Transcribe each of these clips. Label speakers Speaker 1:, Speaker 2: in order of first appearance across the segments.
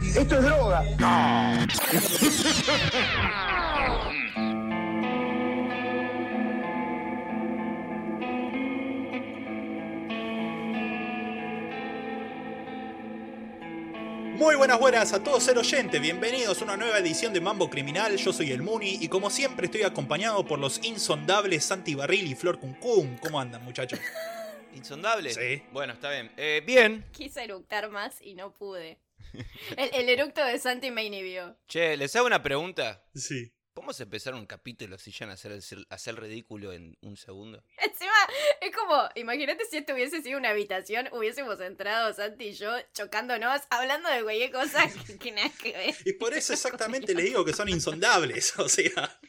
Speaker 1: Esto es droga.
Speaker 2: Muy buenas, buenas a todos ser oyentes, bienvenidos a una nueva edición de Mambo Criminal, yo soy el Muni y como siempre estoy acompañado por los insondables Santi Barril y Flor Cuncún. ¿Cómo andan muchachos?
Speaker 3: ¿Insondable?
Speaker 2: Sí.
Speaker 3: Bueno, está bien. Eh, bien.
Speaker 4: Quise eructar más y no pude. El, el eructo de Santi me inhibió.
Speaker 3: Che, les hago una pregunta.
Speaker 2: Sí.
Speaker 3: ¿Podemos empezar un capítulo si llegan a hacer, el- hacer ridículo en un segundo?
Speaker 4: Encima, es como, imagínate si esto hubiese sido una habitación, hubiésemos entrado Santi y yo chocándonos, hablando de güey cosas que, que nada que ver.
Speaker 2: Y por eso exactamente les digo que son insondables, o sea,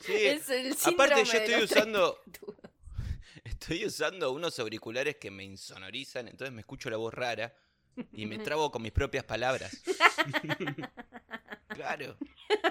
Speaker 3: Sí.
Speaker 4: Es el síndrome
Speaker 3: Aparte, yo
Speaker 4: de
Speaker 3: estoy
Speaker 4: los tres
Speaker 3: usando.
Speaker 4: mosqueteros.
Speaker 3: Estoy usando unos auriculares que me insonorizan, entonces me escucho la voz rara y me trabo con mis propias palabras. Claro.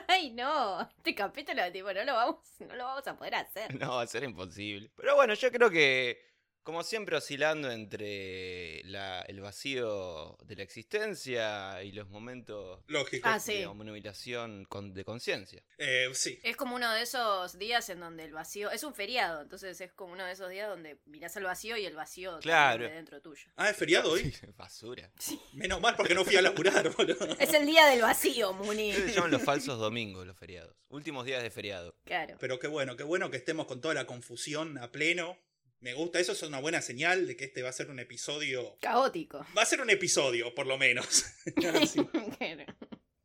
Speaker 4: Ay, no, este capítulo, tipo, no lo vamos, no lo vamos a poder hacer.
Speaker 3: No, va a ser imposible. Pero bueno, yo creo que, como siempre, oscilando entre la- el vacío de la existencia y los momentos
Speaker 2: lógico.
Speaker 4: Ah, sí.
Speaker 3: de omnubilación con- de conciencia.
Speaker 2: Eh, sí.
Speaker 4: Es como uno de esos días en donde el vacío, es un feriado, entonces es como uno de esos días donde mirás al vacío y el vacío
Speaker 3: Claro.
Speaker 4: de dentro tuyo.
Speaker 2: Ah, ¿es feriado hoy?
Speaker 3: Basura.
Speaker 2: Menos mal porque no fui a laburar, boludo.
Speaker 4: Es el día del vacío, Muni.
Speaker 3: Se llaman los falsos domingos los feriados. Últimos días de feriado.
Speaker 4: Claro.
Speaker 2: Pero qué bueno, qué bueno que estemos con toda la confusión a pleno. Me gusta, eso es una buena señal de que este va a ser un episodio...
Speaker 4: Caótico.
Speaker 2: Va a ser un episodio, por lo menos. Sí.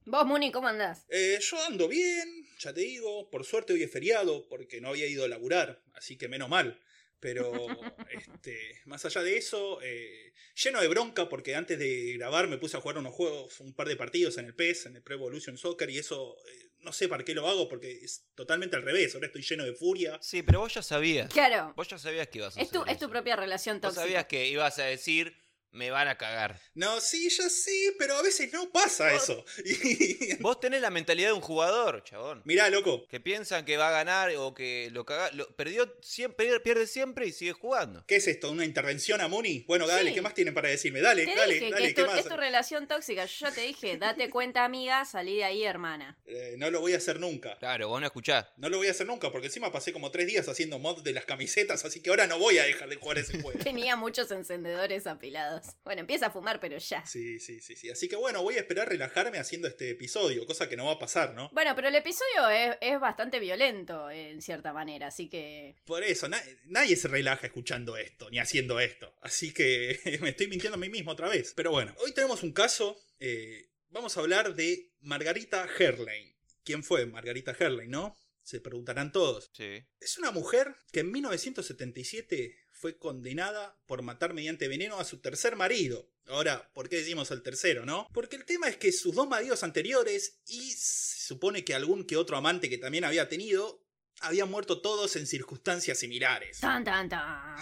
Speaker 4: Vos, Muni, ¿cómo andás?
Speaker 2: Eh, yo ando bien, ya te digo, por suerte hoy es feriado porque no había ido a laburar, así que menos mal. Pero este, más allá de eso, eh, lleno de bronca porque antes de grabar me puse a jugar unos juegos, un par de partidos en el PES, en el Pro Evolution Soccer y eso eh, no sé para qué lo hago porque es totalmente al revés, ahora estoy lleno de furia.
Speaker 3: Sí, pero vos ya sabías.
Speaker 4: Claro.
Speaker 3: Vos ya sabías que ibas a
Speaker 4: Es tu,
Speaker 3: hacer
Speaker 4: es tu
Speaker 3: eso.
Speaker 4: propia relación
Speaker 3: Vos
Speaker 4: tóxica.
Speaker 3: sabías que ibas a decir, me van a cagar.
Speaker 2: No, sí, ya sí, pero a veces no
Speaker 4: Ah.
Speaker 2: pasa eso. Y-
Speaker 3: Vos tenés la mentalidad de un jugador, chabón.
Speaker 2: Mirá, loco,
Speaker 3: Que piensan que va a ganar o que lo caga. lo- perdió siempre, pierde siempre y sigue jugando.
Speaker 2: ¿qué es esto? ¿Una intervención a Moni? Bueno, dale,
Speaker 4: Sí.
Speaker 2: ¿qué más tienen para decirme? Dale,
Speaker 4: Te
Speaker 2: dale,
Speaker 4: dije
Speaker 2: dale,
Speaker 4: que
Speaker 2: ¿qué
Speaker 4: es tu,
Speaker 2: más?
Speaker 4: es tu relación tóxica. Yo ya te dije, date cuenta, amiga, salí de ahí, hermana.
Speaker 2: Eh, no lo voy a hacer nunca.
Speaker 3: Claro, vos no escuchás.
Speaker 2: No lo voy a hacer nunca, porque encima pasé como tres días haciendo mod de las camisetas, así que ahora no voy a dejar de jugar ese juego.
Speaker 4: Tenía muchos encendedores apilados. Bueno, empieza a fumar, pero ya.
Speaker 2: Sí, sí, sí, sí. Así que bueno, voy a esperar relajarme haciendo este episodio, cosa que no va a pasar, ¿no?
Speaker 4: Bueno, pero el episodio es, es bastante violento, en cierta manera, así que...
Speaker 2: Por eso, na- nadie se relaja escuchando esto, ni haciendo esto. Así que me estoy mintiendo a mí mismo otra vez. Pero bueno, hoy tenemos un caso. eh, vamos a hablar de Margarita Herlein. ¿Quién fue Margarita Herlein, no? Se preguntarán todos.
Speaker 3: Sí.
Speaker 2: Es una mujer que en 1977 fue condenada por matar mediante veneno a su tercer marido. Ahora, ¿por qué decimos al tercero, no? Porque el tema es que sus dos maridos anteriores y se supone que algún que otro amante que también había tenido, habían muerto todos en circunstancias similares.
Speaker 4: Tan, tan, tan.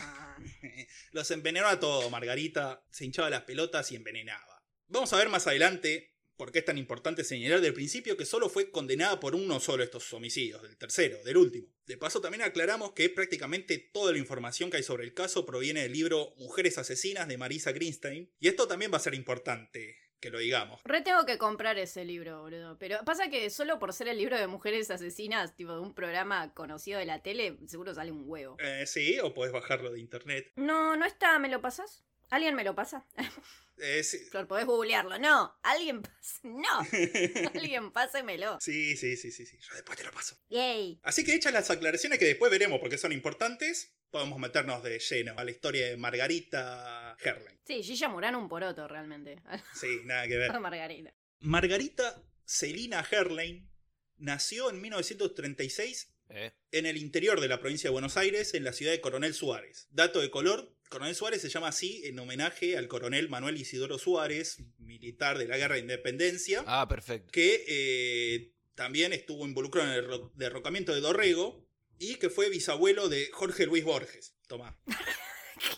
Speaker 2: Los envenenó a todos, Margarita, se hinchaba las pelotas y envenenaba. Vamos a ver más adelante por qué es tan importante señalar del principio que solo fue condenada por uno solo estos homicidios, del tercero, del último. De paso también aclaramos que prácticamente toda la información que hay sobre el caso proviene del libro Mujeres Asesinas de Marisa Greenstein, y esto también va a ser importante que lo digamos.
Speaker 4: Re tengo que comprar ese libro, boludo. Pero pasa que solo por ser el libro de mujeres asesinas, tipo de un programa conocido de la tele, seguro sale un huevo.
Speaker 2: Eh, sí, o podés bajarlo de internet.
Speaker 4: No, no está, ¿me lo pasas? ¿Alguien me lo pasa?
Speaker 2: Eh, sí,
Speaker 4: Flor, podés googlearlo. No, alguien pasa. No, alguien pásemelo.
Speaker 2: sí, sí, sí, sí, sí. Yo después te lo paso.
Speaker 4: Yay.
Speaker 2: Así que hechas las aclaraciones que después veremos porque son importantes, podemos meternos de lleno a la historia de Margarita Herling.
Speaker 4: Sí, Gilla Murano un poroto realmente.
Speaker 2: Sí, nada que ver.
Speaker 4: Margarita.
Speaker 2: Margarita Celina Herling nació en 1936
Speaker 3: Eh.
Speaker 2: en el interior de la provincia de Buenos Aires, en la ciudad de Coronel Suárez. Dato de color, Coronel Suárez se llama así en homenaje al coronel Manuel Isidoro Suárez, militar de la Guerra de Independencia.
Speaker 3: Ah, perfecto.
Speaker 2: que eh, también estuvo involucrado en el ro- derrocamiento de Dorrego y que fue bisabuelo de Jorge Luis Borges. Tomá. ¿Qué?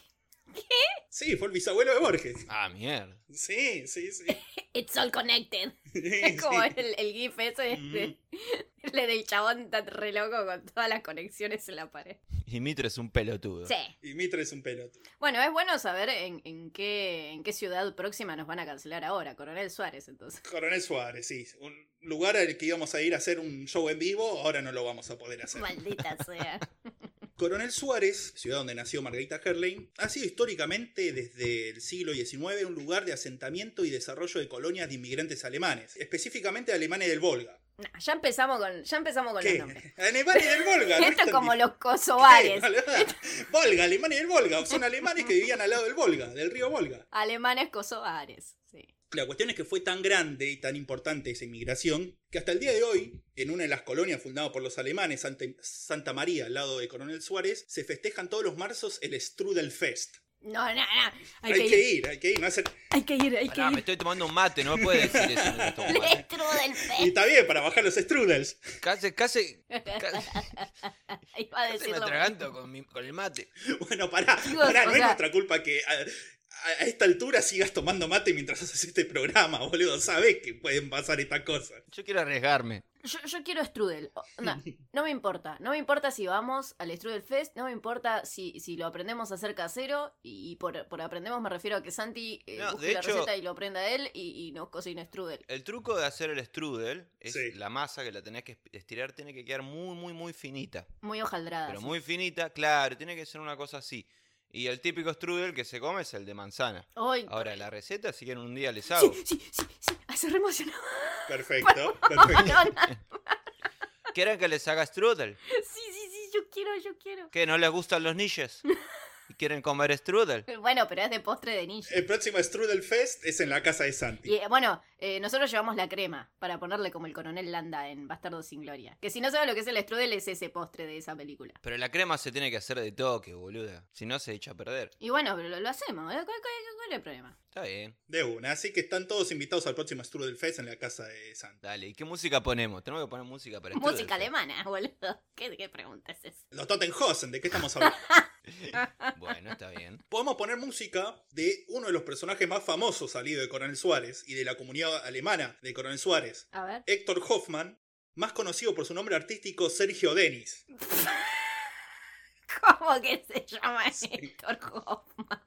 Speaker 2: Sí, fue el bisabuelo de Borges.
Speaker 3: Ah, mierda.
Speaker 2: Sí, sí, sí.
Speaker 4: It's all connected.
Speaker 2: Sí,
Speaker 4: Es como
Speaker 2: sí.
Speaker 4: el, el gif ese de,
Speaker 2: Mm.
Speaker 4: Le del chabón tan re loco con todas las conexiones en la pared.
Speaker 3: Y Mitre es un pelotudo.
Speaker 4: Sí.
Speaker 2: Y Mitre es un pelote.
Speaker 4: Bueno, es bueno saber en, en qué, en qué ciudad próxima nos van a cancelar ahora, Coronel Suárez, entonces.
Speaker 2: Coronel Suárez, sí. Un lugar al que íbamos a ir a hacer un show en vivo, ahora no lo vamos a poder hacer.
Speaker 4: Maldita sea.
Speaker 2: Coronel Suárez, ciudad donde nació Margarita Herlein, ha sido históricamente desde el siglo XIX un lugar de asentamiento y desarrollo de colonias de inmigrantes alemanes, específicamente alemanes del Volga.
Speaker 4: Nah, ya empezamos con, ya empezamos con los
Speaker 2: ¿Qué?
Speaker 4: nombres.
Speaker 2: Alemanes del Volga. no
Speaker 4: Esto es
Speaker 2: tan
Speaker 4: como
Speaker 2: difícil.
Speaker 4: los kosovares.
Speaker 2: Sí, alemán. Volga, alemanes del Volga. Son alemanes que vivían al lado del Volga, del río Volga.
Speaker 4: Alemanes kosovares. Sí.
Speaker 2: La cuestión es que fue tan grande y tan importante esa inmigración que hasta el día de hoy, en una de las colonias fundadas por los alemanes, Santa, Santa María, al lado de Coronel Suárez, se festejan todos los marzos el Strudelfest.
Speaker 4: No, no, no.
Speaker 2: Hay,
Speaker 4: Hay, que, ir.
Speaker 2: que ir, hay que ir. no hacer-
Speaker 4: Hay que ir, hay que
Speaker 3: Pará, me
Speaker 4: ir.
Speaker 3: estoy tomando un mate, no me puedes decir eso. no tomo mate.
Speaker 4: Dentro del
Speaker 2: Y
Speaker 4: fe.
Speaker 2: está bien para bajar los strudels.
Speaker 3: Casi, casi, casi,
Speaker 4: Iba a
Speaker 3: casi me
Speaker 4: decirlo.
Speaker 3: atraganto con, mi- con el mate.
Speaker 2: Bueno, pará,
Speaker 4: Digo,
Speaker 2: pará,
Speaker 4: o
Speaker 2: no es
Speaker 4: sea-
Speaker 2: nuestra culpa que a, a- a esta altura sigas tomando mate mientras haces este programa, boludo. Sabes que pueden pasar estas cosas.
Speaker 3: Yo quiero arriesgarme.
Speaker 4: Yo, yo quiero strudel. O- No, no me importa. No me importa si vamos al Strudel Fest. No me importa si, si lo aprendemos a hacer casero. Y, y por, por aprendemos me refiero a que Santi eh,
Speaker 3: No,
Speaker 4: busque
Speaker 3: de
Speaker 4: la
Speaker 3: hecho-
Speaker 4: receta y lo aprenda él y, y nos cocina strudel.
Speaker 3: El truco de hacer el strudel es
Speaker 2: Sí.
Speaker 3: la masa que la tenés que estirar, tiene que quedar muy, muy, muy finita.
Speaker 4: Muy hojaldrada.
Speaker 3: Pero
Speaker 4: Ah, sí.
Speaker 3: muy finita, claro, tiene que ser una cosa así. Y el típico strudel que se come es el de manzana.
Speaker 4: Ay,
Speaker 3: Ahora, la receta, si quieren un día les
Speaker 4: sí,
Speaker 3: hago.
Speaker 4: sí, sí, sí. Ay, se re emocionó.
Speaker 2: Perfecto, perfecto.
Speaker 4: No, no.
Speaker 3: ¿Quieren que les haga strudel?
Speaker 4: Sí, sí, sí, yo quiero, yo quiero.
Speaker 3: ¿Qué? ¿No les gustan los niches? ¿Y quieren comer strudel?
Speaker 4: Bueno, pero es de postre de ninja.
Speaker 2: El próximo Strudelfest es en la casa de
Speaker 4: Y
Speaker 2: Santi.
Speaker 4: eh, bueno, eh, nosotros llevamos la crema para ponerle como el coronel Landa en Bastardo sin Gloria. Que si no sabes lo que es el strudel, es ese postre de esa película.
Speaker 3: Pero la crema se tiene que hacer de toque, boluda. Si no, se echa a perder.
Speaker 4: Y bueno, pero lo, lo hacemos. ¿eh? ¿Cuál, cuál- cuál- cuál es el problema?
Speaker 3: Está bien.
Speaker 2: De una, así que están todos invitados al próximo Strudelfest en la casa de Santi.
Speaker 3: Dale, ¿y qué música ponemos? Tenemos que poner música para strudel.
Speaker 4: Música alemana, boludo. ¿Qué, qué pregunta es esa?
Speaker 2: Los Tottenhausen, ¿de qué estamos hablando?
Speaker 3: Bueno, está bien.
Speaker 2: Podemos poner música de uno de los personajes más famosos salido de Coronel Suárez y de la comunidad alemana de Coronel Suárez,
Speaker 4: A ver.
Speaker 2: Héctor Hoffman, más conocido por su nombre artístico Sergio Denis.
Speaker 4: ¿Cómo que se llama Héctor Hoffman?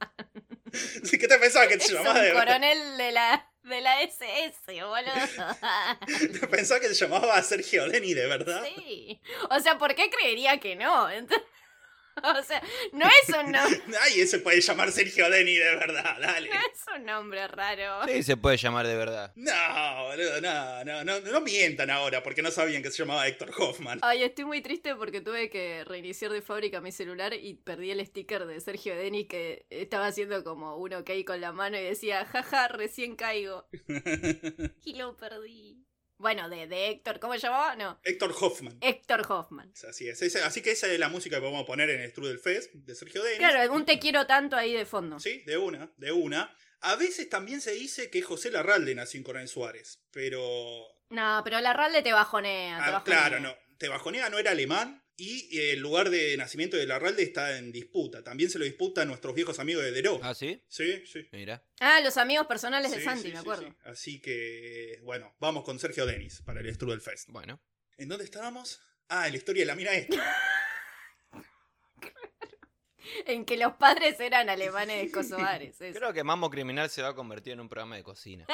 Speaker 2: ¿Qué te pensabas que
Speaker 4: Es
Speaker 2: se
Speaker 4: un
Speaker 2: llamaba de verdad?
Speaker 4: coronel de la, de la SS, boludo.
Speaker 2: ¿Te pensabas que se llamaba Sergio Denis de verdad?
Speaker 4: Sí. O sea, ¿por qué creería que no? Ent- o sea, no es un, nom-
Speaker 2: Ay, ese puede llamar Sergio Denis de verdad, dale.
Speaker 4: no es un nombre raro.
Speaker 3: Sí, se puede llamar de verdad.
Speaker 2: No, boludo, no, no, no, no mientan ahora porque no sabían que se llamaba Héctor Hoffman.
Speaker 4: Ay, estoy muy triste porque tuve que reiniciar de fábrica mi celular y perdí el sticker de Sergio Denis que estaba haciendo como un ok con la mano y decía, jaja, recién caigo. Y lo perdí. Bueno, de, de Héctor, ¿cómo se llamaba? No,
Speaker 2: Héctor Hoffman.
Speaker 4: Héctor Hoffman.
Speaker 2: Así es. Ese- Así que esa es la música que vamos a poner en Strudelfest de Sergio Denis.
Speaker 4: Claro, un te quiero tanto ahí de fondo.
Speaker 2: Sí, de una, de una. A veces también se dice que José Larralde nació en Coronel Suárez, pero.
Speaker 4: No, pero la RAL te bajonea. te
Speaker 2: Ah,
Speaker 4: bajonea.
Speaker 2: claro, no. Tebajonea no era alemán y eh, el lugar de nacimiento de Larralde está en disputa. También se lo disputa a nuestros viejos amigos de Deró.
Speaker 3: ¿Ah, sí?
Speaker 2: Sí, sí.
Speaker 3: Mira.
Speaker 4: Ah, los amigos personales de
Speaker 2: Sí,
Speaker 4: Santi,
Speaker 2: sí,
Speaker 4: me
Speaker 2: sí,
Speaker 4: acuerdo.
Speaker 2: sí. Así que, bueno, vamos con Sergio Denis para el Strudelfest.
Speaker 3: Bueno.
Speaker 2: ¿En dónde estábamos? Ah, en la historia de la mina esta.
Speaker 4: En que los padres eran alemanes de Kosovares. eso.
Speaker 3: Creo que Mamo Criminal se va a convertir en un programa de cocina.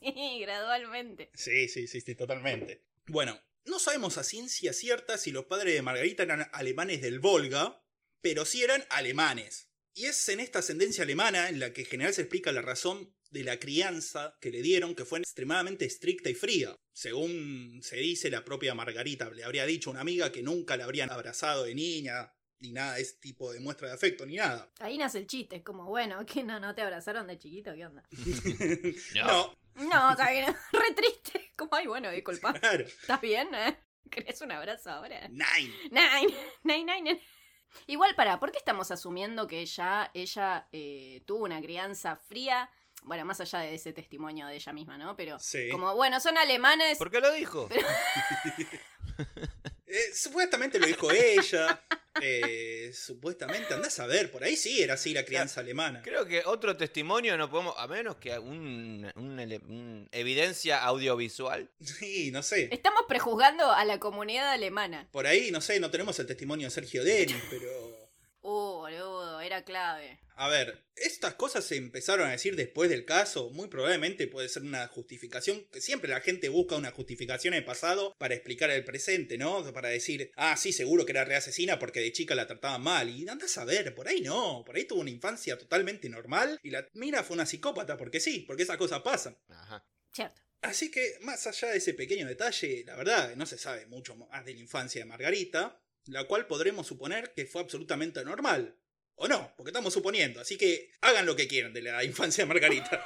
Speaker 4: sí, gradualmente.
Speaker 2: Sí, sí, sí, sí, totalmente. Bueno, no sabemos a ciencia cierta si los padres de Margarita eran alemanes del Volga, pero sí eran alemanes. Y es en esta ascendencia alemana en la que en general se explica la razón de la crianza que le dieron, que fue extremadamente estricta y fría. Según se dice, la propia Margarita le habría dicho a una amiga que nunca la habrían abrazado de niña, ni nada de ese tipo de muestra de afecto, ni nada.
Speaker 4: Ahí nace el chiste, es como, bueno, que no, no te abrazaron de chiquito, ¿qué onda?
Speaker 2: no,
Speaker 4: No, está bien, re triste. Como, ay, bueno, disculpa,
Speaker 2: claro.
Speaker 4: ¿estás bien? eh? ¿Querés un abrazo ahora?
Speaker 2: Nine.
Speaker 4: Nine, nine, nine, nine. Igual, para, ¿por qué estamos asumiendo que ya ella eh, tuvo una crianza fría? Bueno, más allá de ese testimonio de ella misma, ¿no? Pero,
Speaker 2: Sí.
Speaker 4: como, bueno, son alemanes.
Speaker 3: ¿Por qué lo dijo?
Speaker 2: Eh, supuestamente lo dijo ella. Eh, supuestamente, andás a ver, por ahí sí era así la crianza alemana.
Speaker 3: Creo que otro testimonio no podemos, a menos que un, un ele- un- evidencia audiovisual.
Speaker 2: Sí, no sé.
Speaker 4: Estamos prejuzgando a la comunidad alemana.
Speaker 2: Por ahí, no sé, no tenemos el testimonio de Sergio Denis, pero.
Speaker 4: Uh, boludo, era clave.
Speaker 2: A ver, estas cosas se empezaron a decir después del caso, muy probablemente puede ser una justificación, que siempre la gente busca una justificación en el pasado para explicar el presente, ¿no? Para decir, ah, sí, seguro que era reasesina porque de chica la trataban mal, y andás a ver, por ahí no, por ahí tuvo una infancia totalmente normal, y la mina fue una psicópata, porque sí, porque esas cosas pasan.
Speaker 3: Ajá.
Speaker 4: Cierto.
Speaker 2: Así que, más allá de ese pequeño detalle, la verdad, no se sabe mucho más de la infancia de Margarita, la cual podremos suponer que fue absolutamente normal. O no, porque estamos suponiendo, así que hagan lo que quieran de la infancia de Margarita.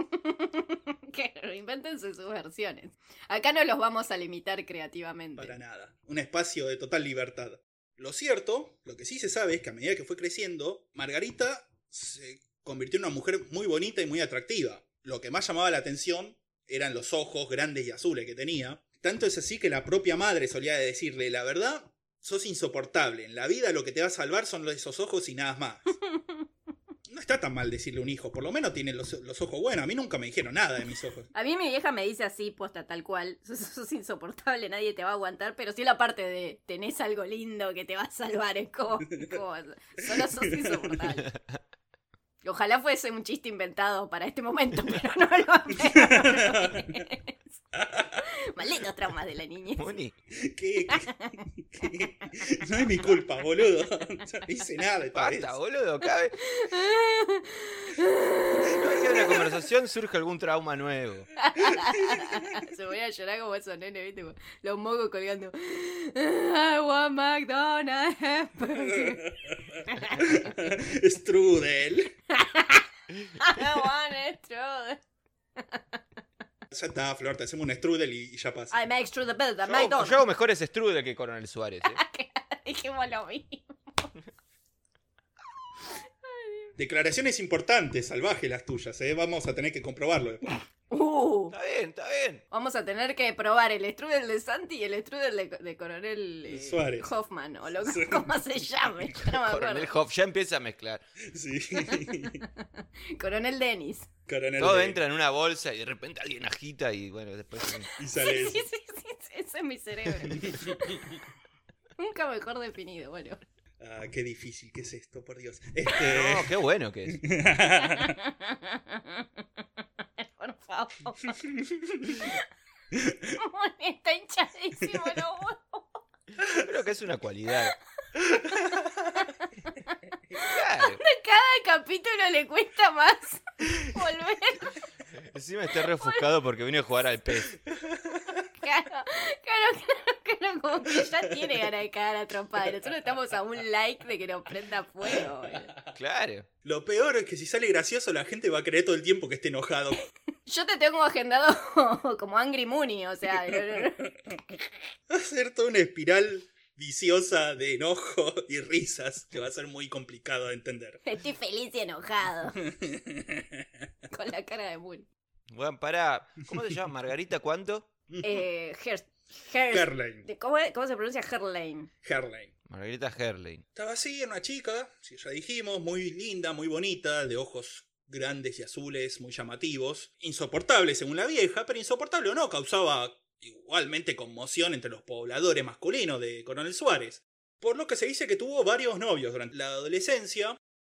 Speaker 4: que invéntense sus versiones. Acá no los vamos a limitar creativamente.
Speaker 2: Para nada. Un espacio de total libertad. Lo cierto, lo que sí se sabe es que a medida que fue creciendo, Margarita se convirtió en una mujer muy bonita y muy atractiva. Lo que más llamaba la atención eran los ojos grandes y azules que tenía. Tanto es así que la propia madre solía decirle, la verdad, sos insoportable. En la vida lo que te va a salvar son esos ojos y nada más. No está tan mal decirle a un hijo, por lo menos tiene los, los ojos buenos. A mí nunca me dijeron nada de mis ojos.
Speaker 4: A mí mi vieja me dice así, posta tal cual, sos, sos insoportable, nadie te va a aguantar, pero sí la parte de tenés algo lindo que te va a salvar, es como, como, solo sos insoportable. Ojalá fuese un chiste inventado para este momento, pero no lo es. Malditos traumas de la niñez.
Speaker 3: Moni,
Speaker 2: ¿Qué? ¿Qué? ¿Qué? No es mi culpa, boludo. Yo no hice nada esta vez.
Speaker 3: basta, boludo. Cada vez que hay una conversación surge algún trauma nuevo.
Speaker 4: Se voy a llorar como esos nenes, ¿viste? Como Los mocos colgando. I want McDonald's. hamburger.
Speaker 2: Strudel.
Speaker 4: I want it through.
Speaker 2: Ya está, Flor, te hacemos un Strudel y, y ya pasa.
Speaker 4: I make through the bed,
Speaker 3: Yo
Speaker 4: I
Speaker 3: hago,
Speaker 4: McDonald's.
Speaker 3: yo hago mejores strudel que Coronel Suárez. ¿eh?
Speaker 4: Dijimos lo mismo.
Speaker 2: Declaraciones importantes, salvajes las tuyas, ¿eh? Vamos a tener que comprobarlo después.
Speaker 4: Uh,
Speaker 3: Está bien, está bien.
Speaker 4: vamos a tener que probar el strudel de Santi y el strudel de, de Coronel eh,
Speaker 2: Suárez.
Speaker 4: Hoffman, o lo,
Speaker 2: Sí.
Speaker 4: como se llame. ya No me
Speaker 3: Coronel
Speaker 4: acuerdo.
Speaker 3: Hoff ya empieza a mezclar.
Speaker 2: Sí.
Speaker 4: Coronel Dennis.
Speaker 2: Coronel
Speaker 3: Todo
Speaker 2: de-
Speaker 3: entra en una bolsa y de repente alguien agita y bueno, después.
Speaker 2: Y
Speaker 4: Sí,
Speaker 2: sale
Speaker 4: sí,
Speaker 2: eso.
Speaker 4: sí, sí, sí, ese es mi cerebro. Nunca mejor definido, bueno.
Speaker 2: Ah, qué difícil que es esto, por Dios. Este...
Speaker 3: No, qué bueno que es.
Speaker 4: Por favor. Moni, Está hinchadísimo los huevos.
Speaker 3: Creo que es una cualidad. Claro.
Speaker 4: Cada capítulo le cuesta más volver.
Speaker 3: Encima está refuscado porque vino a jugar al E pez.
Speaker 4: Claro, claro, claro, claro, como que ya tiene ganas de cagar a trompada. Nosotros estamos a un like de que nos prenda fuego. boludo.
Speaker 3: Claro.
Speaker 2: Lo peor es que si sale gracioso, la gente va a creer todo el tiempo que esté enojado.
Speaker 4: Yo te tengo agendado como Angry Mooney, o sea,
Speaker 2: Va a ser toda una espiral viciosa de enojo y risas que va a ser muy complicado de entender.
Speaker 4: estoy feliz y enojado con la cara de Mooney.
Speaker 3: Bueno, pará. ¿Cómo se llama? ¿Margarita cuánto?
Speaker 4: Eh, Her- Her-
Speaker 2: Herlein.
Speaker 4: de- ¿cómo, es- cómo se pronuncia Herlane?
Speaker 2: Herlein.
Speaker 3: Margarita Herlein.
Speaker 2: Estaba así, era una chica, si ya dijimos, muy linda, muy bonita, de ojos grandes y azules, muy llamativos. Insoportable según la vieja, pero insoportable o no, causaba igualmente conmoción entre los pobladores masculinos de Coronel Suárez. Por lo que se dice que tuvo varios novios durante la adolescencia,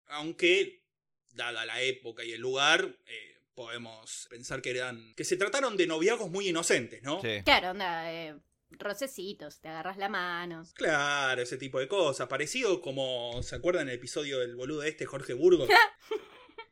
Speaker 2: aunque, dada la época y el lugar, eh, podemos pensar que eran. que se trataron de noviazgos muy inocentes, ¿no?
Speaker 3: Sí.
Speaker 4: Claro, onda, eh, rocecitos, te agarras la mano.
Speaker 2: Claro, ese tipo de cosas. Parecido como, ¿se acuerdan el episodio del boludo este, Jorge Burgos?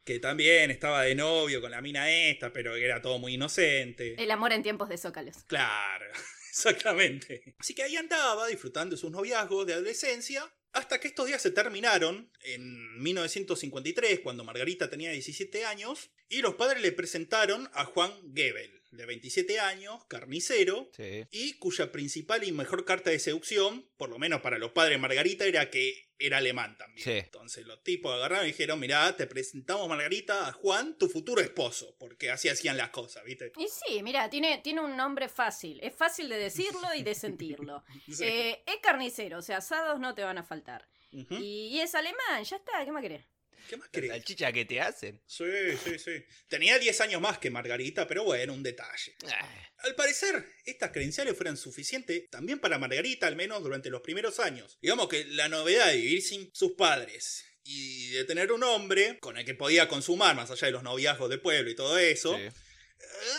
Speaker 2: que también estaba de novio con la mina esta, pero era todo muy inocente.
Speaker 4: El amor en tiempos de zócalos.
Speaker 2: Claro, exactamente. Así que ahí andaba disfrutando de sus noviazgos de adolescencia. Hasta que estos días se terminaron en 1953, cuando Margarita tenía 17 años, y los padres le presentaron a Juan Gebel, de 27 años, carnicero,
Speaker 3: Sí.
Speaker 2: y cuya principal y mejor carta de seducción, por lo menos para los padres de Margarita, era que era alemán también.
Speaker 3: Sí.
Speaker 2: Entonces los tipos agarraron y dijeron, mirá, te presentamos Margarita a Juan, tu futuro esposo, porque así hacían las cosas, ¿viste?
Speaker 4: Y sí, mira, tiene, tiene un nombre fácil. Es fácil de decirlo y de sentirlo.
Speaker 2: Sí.
Speaker 4: Eh, es carnicero, o sea, asados no te van a faltar.
Speaker 2: Ujú.
Speaker 4: Y, y es alemán, ya está, ¿qué más querés?
Speaker 2: ¿Qué más
Speaker 3: La
Speaker 2: querés?
Speaker 3: salchicha que te hacen.
Speaker 2: Sí, sí, sí. Tenía 10 años más que Margarita, pero bueno, un detalle.
Speaker 3: Ah,
Speaker 2: Al parecer, estas credenciales fueran suficientes también para Margarita, al menos durante los primeros años. Digamos que la novedad de vivir sin sus padres y de tener un hombre con el que podía consumar, más allá de los noviazgos de pueblo y todo eso,
Speaker 3: sí.
Speaker 2: eh,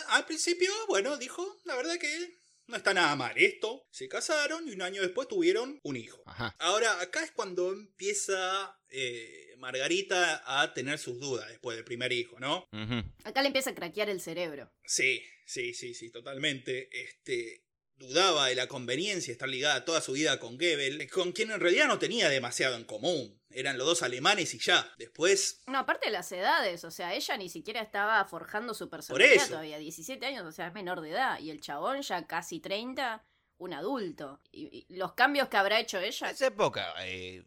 Speaker 2: al principio, bueno, dijo, la verdad que no está nada mal esto. Se casaron y un año después tuvieron un hijo.
Speaker 3: Ajá.
Speaker 2: Ahora, acá es cuando empieza eh, Margarita a tener sus dudas después del primer hijo, ¿no?
Speaker 3: Ujú.
Speaker 4: Acá le empieza a craquear el cerebro.
Speaker 2: Sí, sí, sí, sí, totalmente. Este, dudaba de la conveniencia de estar ligada toda su vida con Goebbels, con quien en realidad no tenía demasiado en común. Eran los dos alemanes y ya. Después,
Speaker 4: No, aparte de las edades, o sea, ella ni siquiera estaba forjando su
Speaker 2: Por
Speaker 4: personalidad
Speaker 2: eso.
Speaker 4: todavía, 17 años, o sea, es menor de edad. Y el chabón ya casi 30, un adulto. Y, y los cambios que habrá hecho ella.
Speaker 3: Esa época, eh,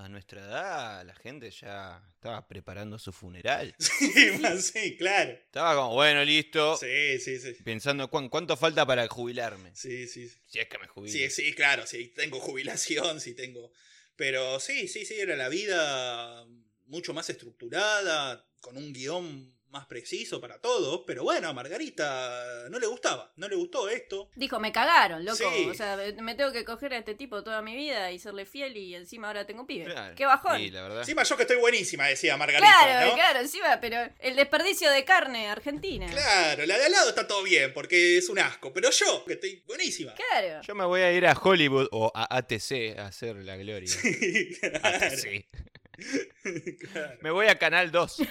Speaker 3: a nuestra edad, la gente ya estaba preparando su funeral.
Speaker 2: sí, más, sí, claro.
Speaker 3: Estaba como, bueno, listo.
Speaker 2: Sí, sí, sí.
Speaker 3: Pensando, "Cuán- ¿cuánto falta para jubilarme?
Speaker 2: Sí, sí, sí.
Speaker 3: Si es que me jubilo.
Speaker 2: Sí, sí, claro, sí, tengo jubilación, sí tengo. Pero sí, sí, sí, era la vida mucho más estructurada, con un guión más preciso para todos, pero bueno, a Margarita no le gustaba, no le gustó esto.
Speaker 4: Dijo, me cagaron, loco.
Speaker 2: Sí.
Speaker 4: O sea, me- me tengo que coger a este tipo toda mi vida y serle fiel y encima ahora tengo un pibe.
Speaker 3: Claro.
Speaker 4: ¡Qué bajón!
Speaker 3: Sí, la verdad.
Speaker 2: Encima yo que estoy buenísima, decía Margarita,
Speaker 4: Claro,
Speaker 2: ¿no?
Speaker 4: claro, encima, pero el desperdicio de carne argentina.
Speaker 2: Claro, la de al lado está todo bien, porque es un asco. Pero yo, que estoy buenísima.
Speaker 4: Claro.
Speaker 3: Yo me voy a ir a Hollywood o a ATC a hacer la gloria.
Speaker 2: claro,
Speaker 3: ATC.
Speaker 2: claro.
Speaker 3: Me voy a Canal 2.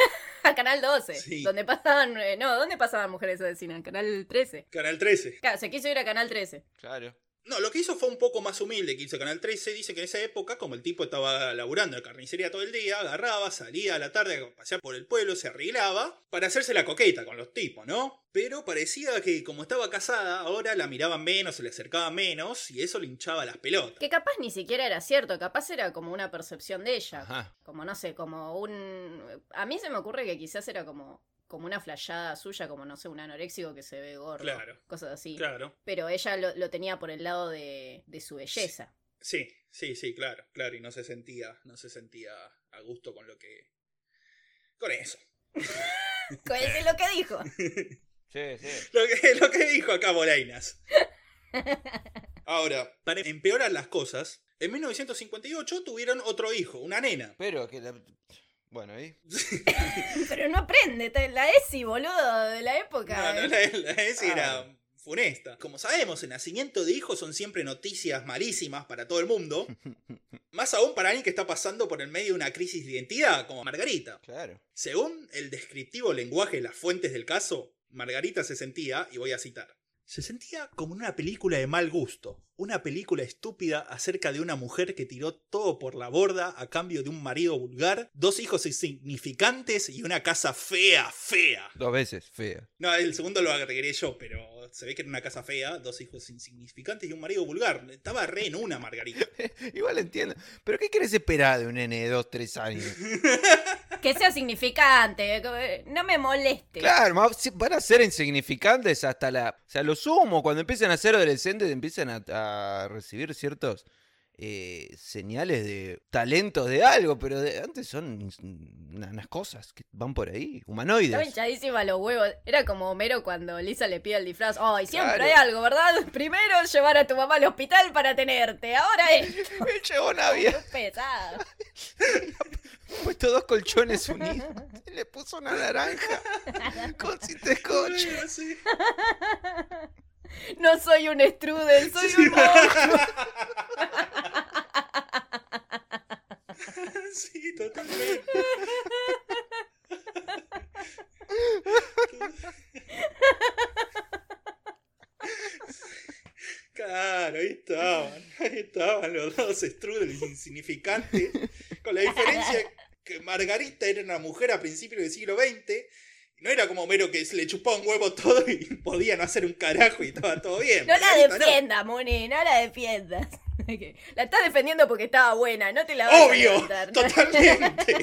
Speaker 4: A Canal 12,
Speaker 2: Sí.
Speaker 4: donde pasaban, eh, no, ¿dónde pasaban mujeres asesinas? Canal 13.
Speaker 2: Canal 13.
Speaker 4: Claro, se quiso ir a Canal 13.
Speaker 3: Claro.
Speaker 2: No, lo que hizo fue un poco más humilde que hizo Canal 13. Dice que en esa época, como el tipo estaba laburando en la carnicería todo el día, agarraba, salía a la tarde a pasear por el pueblo, se arreglaba para hacerse la coqueta con los tipos, ¿no? Pero parecía que como estaba casada, ahora la miraban menos, se le acercaba menos y eso le hinchaba las pelotas.
Speaker 4: Que capaz ni siquiera era cierto, capaz era como una percepción de ella.
Speaker 3: Ajá.
Speaker 4: Como no sé, como un. A mí se me ocurre que quizás era como, como una flayada suya, como no sé, un anoréxico que se ve gordo.
Speaker 2: Claro.
Speaker 4: Cosas así.
Speaker 2: Claro.
Speaker 4: Pero ella lo, lo tenía por el lado de, de su belleza.
Speaker 2: Sí, sí, sí, claro, claro, y no se sentía, no se sentía a gusto con lo que... Con eso.
Speaker 4: Pues, Es lo que dijo.
Speaker 3: Sí, sí.
Speaker 2: Lo que, lo que dijo acá Bolainas. Ahora, para empeorar las cosas, en 1958 tuvieron otro hijo, una nena.
Speaker 3: Pero que la... Bueno, ¿y?
Speaker 4: Pero no aprende, te- la ESI, boludo, de la época. eh.
Speaker 2: No, no, la, la- esa
Speaker 3: Ah.
Speaker 2: era funesta. Como sabemos, el nacimiento de hijos son siempre noticias malísimas para todo el mundo. Más aún para alguien que está pasando por el medio de una crisis de identidad, como Margarita.
Speaker 3: Claro.
Speaker 2: Según el descriptivo lenguaje de las fuentes del caso, Margarita se sentía, y voy a citar, se sentía como en una película de mal gusto, una película estúpida acerca de una mujer que tiró todo por la borda a cambio de un marido vulgar, dos hijos insignificantes y una casa fea, fea.
Speaker 3: Dos veces, fea.
Speaker 2: No, el segundo lo agregué yo, pero se ve que era una casa fea, dos hijos insignificantes y un marido vulgar. Estaba re en una, Margarita.
Speaker 3: Igual entiendo. ¿Pero qué querés esperar de un nene de 2, 3 años?
Speaker 4: Que sea significante, que- no me moleste.
Speaker 3: Claro, ma- si- van a ser insignificantes hasta la... O sea, lo sumo, cuando empiezan a ser adolescentes empiezan a, a recibir ciertos eh, señales de talentos de algo, pero de- antes son ins- una- unas cosas que van por ahí,
Speaker 4: Estaba
Speaker 3: humanoides.
Speaker 4: hinchadísima los huevos. Era como Homero cuando Lisa le pide el disfraz. Ay, siempre
Speaker 3: Claro.
Speaker 4: hay algo, ¿verdad? Primero llevar a tu mamá al hospital para tenerte. Ahora es
Speaker 3: Me llegó Navidad,
Speaker 4: pesado.
Speaker 3: le puesto dos colchones unidos, le puso una naranja con cinta scotch.
Speaker 2: Bueno, sí.
Speaker 4: No soy un strudel, soy un monstruo.
Speaker 2: Sí, totalmente. Claro, ahí estaban, ahí estaban los dos strudels insignificantes, con la diferencia que Margarita era una mujer a principios del siglo XX No era como Homero que le chupaba un huevo todo y podía no hacer un carajo y estaba todo bien.
Speaker 4: No la
Speaker 2: Margarita,
Speaker 4: defiendas, Muni, no la defiendas. Ok, La estás defendiendo porque estaba buena, no te la vas
Speaker 2: Obvio,
Speaker 4: a levantar.
Speaker 2: totalmente.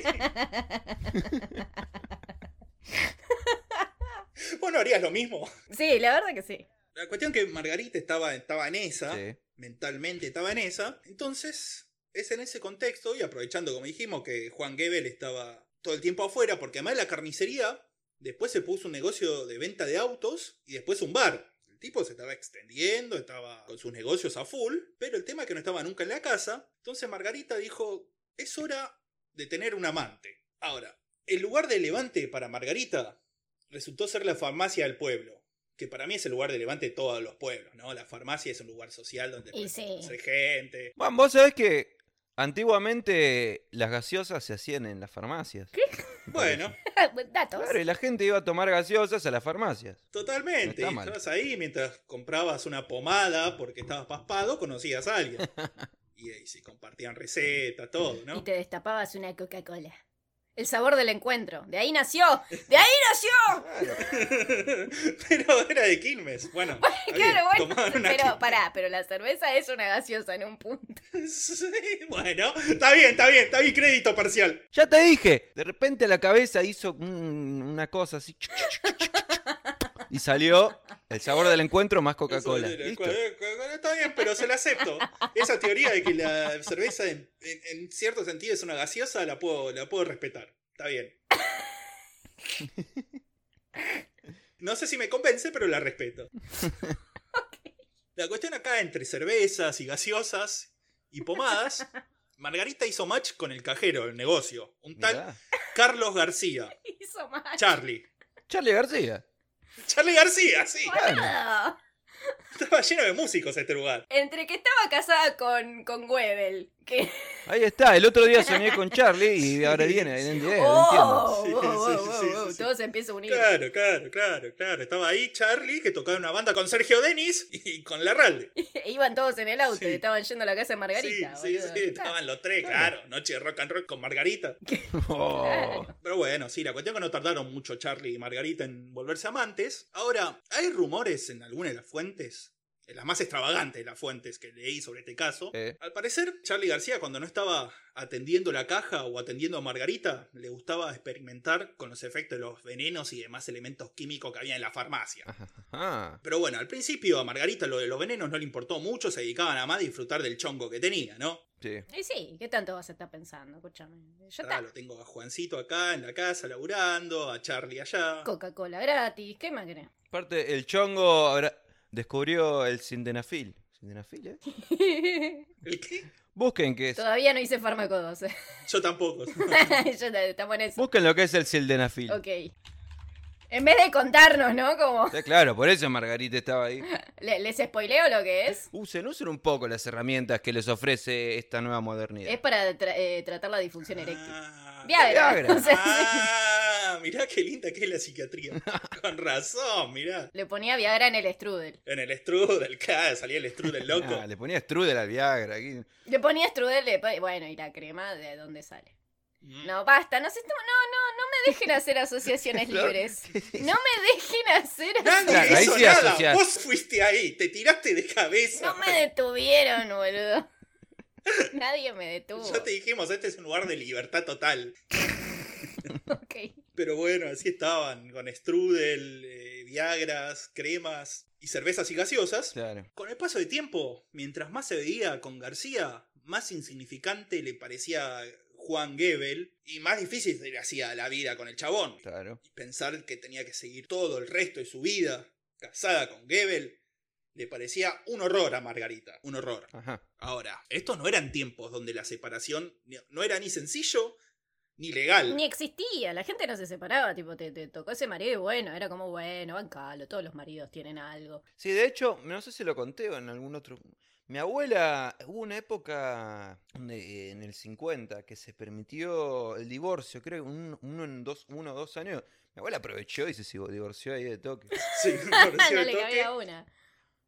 Speaker 2: Vos no harías lo mismo.
Speaker 4: Sí, la verdad que sí.
Speaker 2: La cuestión que Margarita estaba, estaba en esa,
Speaker 3: Sí.
Speaker 2: mentalmente estaba en esa. Entonces, es en ese contexto, y aprovechando, como dijimos, que Juan Gebel estaba todo el tiempo afuera, porque además de la carnicería, después se puso un negocio de venta de autos y después un bar. El tipo se estaba extendiendo, estaba con sus negocios a full, pero el tema es que no estaba nunca en la casa. Entonces Margarita dijo, es hora de tener un amante. Ahora, el lugar de levante para Margarita resultó ser la farmacia del pueblo. Que para mí es el lugar de levante de todos los pueblos, ¿no? La farmacia es un lugar social donde
Speaker 4: Y
Speaker 2: puedes
Speaker 4: sí.
Speaker 2: conocer gente,
Speaker 3: Bueno, vos sabés que antiguamente las gaseosas se hacían en las farmacias.
Speaker 2: Bueno,
Speaker 4: Datos.
Speaker 3: Claro, y la gente iba a tomar gaseosas a las farmacias. No
Speaker 2: totalmente.
Speaker 3: está
Speaker 2: Y
Speaker 3: mal.
Speaker 2: estabas ahí mientras comprabas una pomada porque estabas paspado, conocías a alguien. Y ahí se compartían recetas, todo,
Speaker 4: Y
Speaker 2: ¿no?
Speaker 4: te destapabas una Coca-Cola. El sabor del encuentro. De ahí nació. ¡De ahí nació!
Speaker 2: Pero era de Quilmes. Bueno, está bien,
Speaker 4: Claro, bueno.
Speaker 2: tomaban una
Speaker 4: Pero
Speaker 2: Quilmes.
Speaker 4: pará, pero la cerveza es una gaseosa en un punto.
Speaker 2: Sí, bueno, está bien, está bien, está bien, crédito parcial.
Speaker 3: Ya te dije, de repente la cabeza hizo un- una cosa así. Y salió el sabor del encuentro más Coca-Cola.
Speaker 2: Eso,
Speaker 3: Listo.
Speaker 2: Coca-Cola Está bien, pero se la acepto. Esa teoría de que la cerveza en, en- en cierto sentido es una gaseosa, la puedo, la puedo respetar. Está bien. No sé si me convence, pero la respeto. La cuestión acá entre cervezas y gaseosas y pomadas, Margarita hizo match con el cajero del negocio, un tal
Speaker 3: Mirá.
Speaker 2: Carlos García,
Speaker 4: Hizo mal.
Speaker 2: Charlie.
Speaker 3: Charlie García.
Speaker 2: Charlie García, sí.
Speaker 3: Claro.
Speaker 4: Ah.
Speaker 2: Estaba lleno de músicos este lugar.
Speaker 4: Entre que estaba casada con, con Goebel, que
Speaker 3: Ahí está, el otro día soñé con Charlie y ahora
Speaker 2: Sí,
Speaker 3: viene,
Speaker 2: sí.
Speaker 3: no entiendo.
Speaker 4: ¡Oh!
Speaker 2: Eh, entiendo.
Speaker 4: wow, wow,
Speaker 2: Sí, sí,
Speaker 4: wow,
Speaker 2: sí,
Speaker 4: wow,
Speaker 2: sí, sí.
Speaker 4: Todo se empieza a unir.
Speaker 2: Claro, claro, claro, claro. Estaba ahí Charlie que tocaba en una banda con Sergio Denis y con Larralde.
Speaker 4: Iban todos en el auto
Speaker 2: Sí.
Speaker 4: y estaban yendo a la casa de
Speaker 2: Sí,
Speaker 4: Margarita.
Speaker 2: sí,
Speaker 4: boludo.
Speaker 2: sí. Estaban los tres,
Speaker 3: Claro.
Speaker 2: claro. Noche de rock and roll con Margarita.
Speaker 3: Oh.
Speaker 2: Pero bueno, sí, la cuestión es que no tardaron mucho Charlie y Margarita en volverse amantes. Ahora, hay rumores en alguna de las fuentes, en las más extravagantes de las fuentes que leí sobre este caso.
Speaker 3: Eh.
Speaker 2: Al parecer, Charlie García, cuando no estaba atendiendo la caja o atendiendo a Margarita, le gustaba experimentar con los efectos de los venenos y demás elementos químicos que había en la farmacia.
Speaker 3: Ah.
Speaker 2: Pero bueno, al principio a Margarita lo de los venenos no le importó mucho, se dedicaban a más a disfrutar del chongo que tenía, ¿no?
Speaker 3: Sí.
Speaker 4: Y sí, ¿qué tanto vas a estar pensando? Escúchame. Ya
Speaker 2: Ah,
Speaker 4: está.
Speaker 2: lo tengo a Juancito acá en la casa laburando, a Charlie allá.
Speaker 4: Coca-Cola gratis, ¿qué más querés?
Speaker 3: Aparte, el chongo ahora descubrió el sindenafil. ¿Sindenafil, eh?
Speaker 2: ¿El qué?
Speaker 3: Busquen qué es.
Speaker 4: Todavía no hice fármaco 12.
Speaker 2: Yo tampoco.
Speaker 4: Yo ta- estamos en eso.
Speaker 3: Busquen lo que es el sildenafil.
Speaker 4: Ok. En vez de contarnos, ¿no? Como
Speaker 3: Está Eh, claro, por eso Margarita estaba ahí.
Speaker 4: le- les spoileo lo que es.
Speaker 3: Usen, usen un poco las herramientas que les ofrece esta nueva modernidad.
Speaker 4: Es para tra- eh, tratar la disfunción eréctil.
Speaker 2: Ah,
Speaker 4: Viagra.
Speaker 3: Viagra.
Speaker 4: O sea,
Speaker 2: Ah, mirá qué linda que es la psiquiatría. Con razón, mirá.
Speaker 4: Le ponía Viagra en el strudel.
Speaker 2: En el strudel, claro, salía el strudel loco.
Speaker 3: Ah, le ponía strudel al Viagra. aquí.
Speaker 4: Le ponía strudel, le pon- bueno, y la crema, ¿de dónde sale?
Speaker 2: Mm.
Speaker 4: No, basta, no, se estamos- no, no, no me dejen hacer asociaciones
Speaker 3: Claro.
Speaker 4: libres. No me dejen hacer
Speaker 2: Nadie
Speaker 4: asociaciones.
Speaker 3: Claro, ahí
Speaker 2: hizo
Speaker 3: sí
Speaker 2: nada.
Speaker 3: asociás.
Speaker 2: Vos fuiste ahí, te tiraste de cabeza.
Speaker 4: No me detuvieron, boludo. Nadie me detuvo.
Speaker 2: Ya te dijimos, este es un lugar de libertad total.
Speaker 4: Ok.
Speaker 2: Pero bueno, así estaban, con strudel, eh, viagras, cremas y cervezas y gaseosas.
Speaker 3: Claro.
Speaker 2: Con el paso de tiempo, mientras más se veía con García, más insignificante le parecía Juan Gebel y más difícil se le hacía la vida con el chabón.
Speaker 3: Claro.
Speaker 2: Y pensar que tenía que seguir todo el resto de su vida casada con Gebel le parecía un horror a Margarita, un horror.
Speaker 3: Ajá.
Speaker 2: Ahora, estos no eran tiempos donde la separación ni- no era ni sencillo ni legal.
Speaker 4: Ni existía, la gente no se separaba, tipo, te, te tocó ese marido y bueno, era como, bueno, bancalo, todos los maridos tienen algo.
Speaker 3: Sí, de hecho, no sé si lo conté o en algún otro. Mi abuela, hubo una época donde, eh, en el 50 que se permitió el divorcio, creo que un- uno en dos, uno o dos años. Mi abuela aprovechó y se sigo- divorció ahí de toque.
Speaker 2: Sí, me pareció
Speaker 4: Ah, no
Speaker 2: de
Speaker 4: le
Speaker 2: toque.
Speaker 4: cabía una.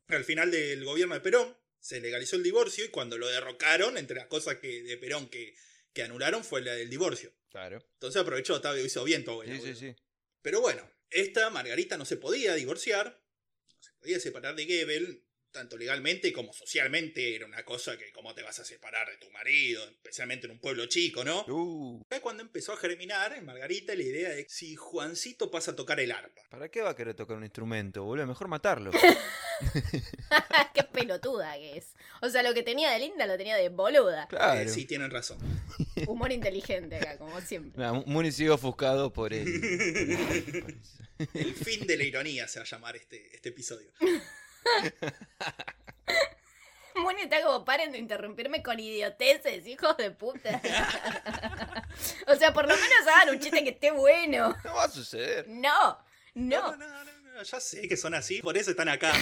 Speaker 2: Al final del gobierno de Perón se legalizó el divorcio y cuando lo derrocaron, entre las cosas que de Perón que, que anularon fue la del divorcio.
Speaker 3: Claro.
Speaker 2: Entonces aprovechó, Octavio, hizo bien todo.
Speaker 3: Sí, sí, sí.
Speaker 2: Pero bueno, Esta Margarita no se podía divorciar, no se podía separar de Gebel, tanto legalmente como socialmente. Era una cosa que, ¿cómo te vas a separar de tu marido? Especialmente en un pueblo chico, ¿no?
Speaker 3: Uh,
Speaker 2: Acá cuando empezó a germinar en Margarita la idea de si Juancito pasa a tocar el arpa.
Speaker 3: ¿Para qué va a querer tocar un instrumento, boludo? Mejor matarlo.
Speaker 4: Qué pelotuda que es. O sea, lo que tenía de linda lo tenía de boluda.
Speaker 2: Eh,
Speaker 3: Claro.
Speaker 2: sí, tienen razón.
Speaker 4: Humor inteligente acá, como siempre.
Speaker 3: Nah, Muni sigue ofuscado por él.
Speaker 2: El fin de la ironía se va a llamar este, este episodio.
Speaker 4: Moni está como, paren de interrumpirme con idioteces, hijos de puta. o sea, por lo menos hagan un chiste que esté bueno.
Speaker 3: no va a suceder.
Speaker 4: No, no.
Speaker 2: no, no, no, ya sé que son así, por eso están acá.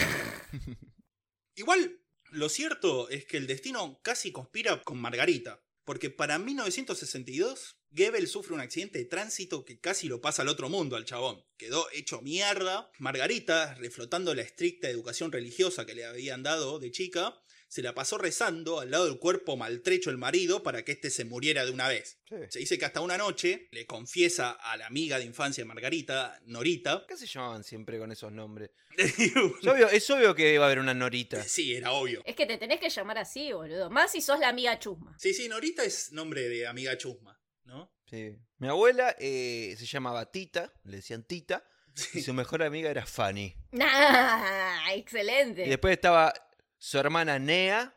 Speaker 2: Igual, lo cierto es que el destino casi conspira con Margarita, porque para 1962, Goebbels sufre un accidente de tránsito que casi lo pasa al otro mundo al chabón. Quedó hecho mierda. Margarita, reflotando la estricta educación religiosa que le habían dado de chica, se la pasó rezando al lado del cuerpo maltrecho el marido para que éste se muriera de una vez.
Speaker 3: Sí.
Speaker 2: Se dice que hasta una noche le confiesa a la amiga de infancia de Margarita, Norita,
Speaker 3: ¿Qué se llaman siempre con esos nombres? Es obvio, es obvio que iba a haber una norita.
Speaker 2: Sí, era obvio.
Speaker 4: Es que te tenés que llamar así, boludo. Más si sos la amiga chusma.
Speaker 2: Sí, sí, Norita es nombre de amiga chusma, ¿no?
Speaker 3: Sí. Mi abuela eh, se llamaba Tita, le decían Tita, y su mejor amiga era Fanny.
Speaker 4: Nah,
Speaker 3: Y
Speaker 4: Ah, excelente.
Speaker 3: después estaba su hermana Nea,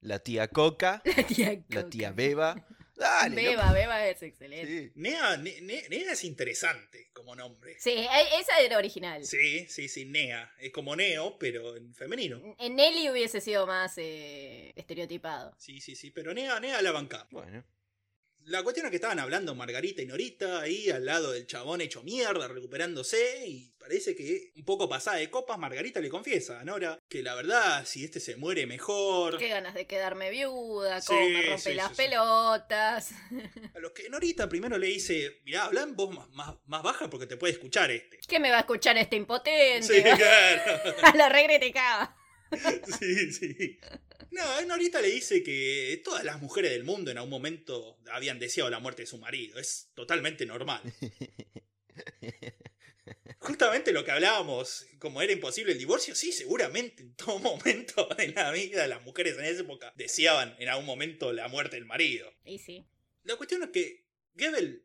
Speaker 3: la tía Coca,
Speaker 4: La tía,
Speaker 3: la tía
Speaker 4: Coca.
Speaker 3: Beba. Dale,
Speaker 4: Beba, eh. Beba es
Speaker 3: loco.
Speaker 4: excelente.
Speaker 3: Sí.
Speaker 2: Nea, Ne- Ne- Nea es interesante como nombre.
Speaker 4: Sí, e- esa era original.
Speaker 2: Sí, sí, sí, Nea. Es como Neo, pero en femenino.
Speaker 4: En Nelly hubiese sido más eh, estereotipado.
Speaker 2: Sí, sí, sí, pero Nea, Nea la banca.
Speaker 3: Bueno.
Speaker 2: La cuestión es que estaban hablando Margarita y Norita ahí al lado del chabón hecho mierda, recuperándose, y parece que un poco pasada de copas, Margarita le confiesa a Nora que la verdad, si este se muere mejor.
Speaker 4: Qué ganas de quedarme viuda,
Speaker 2: Sí,
Speaker 4: cómo me rompe
Speaker 2: sí,
Speaker 4: las
Speaker 2: sí, sí.
Speaker 4: pelotas.
Speaker 2: A los que Norita primero le dice, mirá, habla en voz más, más- más baja porque te puede escuchar este.
Speaker 4: ¿Qué me va a escuchar este impotente?
Speaker 2: Sí, claro.
Speaker 4: Lo regretecaba.
Speaker 2: Sí, sí. No, Norita le dice que todas las mujeres del mundo en algún momento habían deseado la muerte de su marido. Es totalmente normal. Justamente lo que hablábamos, como era imposible el divorcio, sí, seguramente en todo momento de la vida las mujeres en esa época deseaban en algún momento la muerte del marido.
Speaker 4: Y sí.
Speaker 2: La cuestión es que Goebbels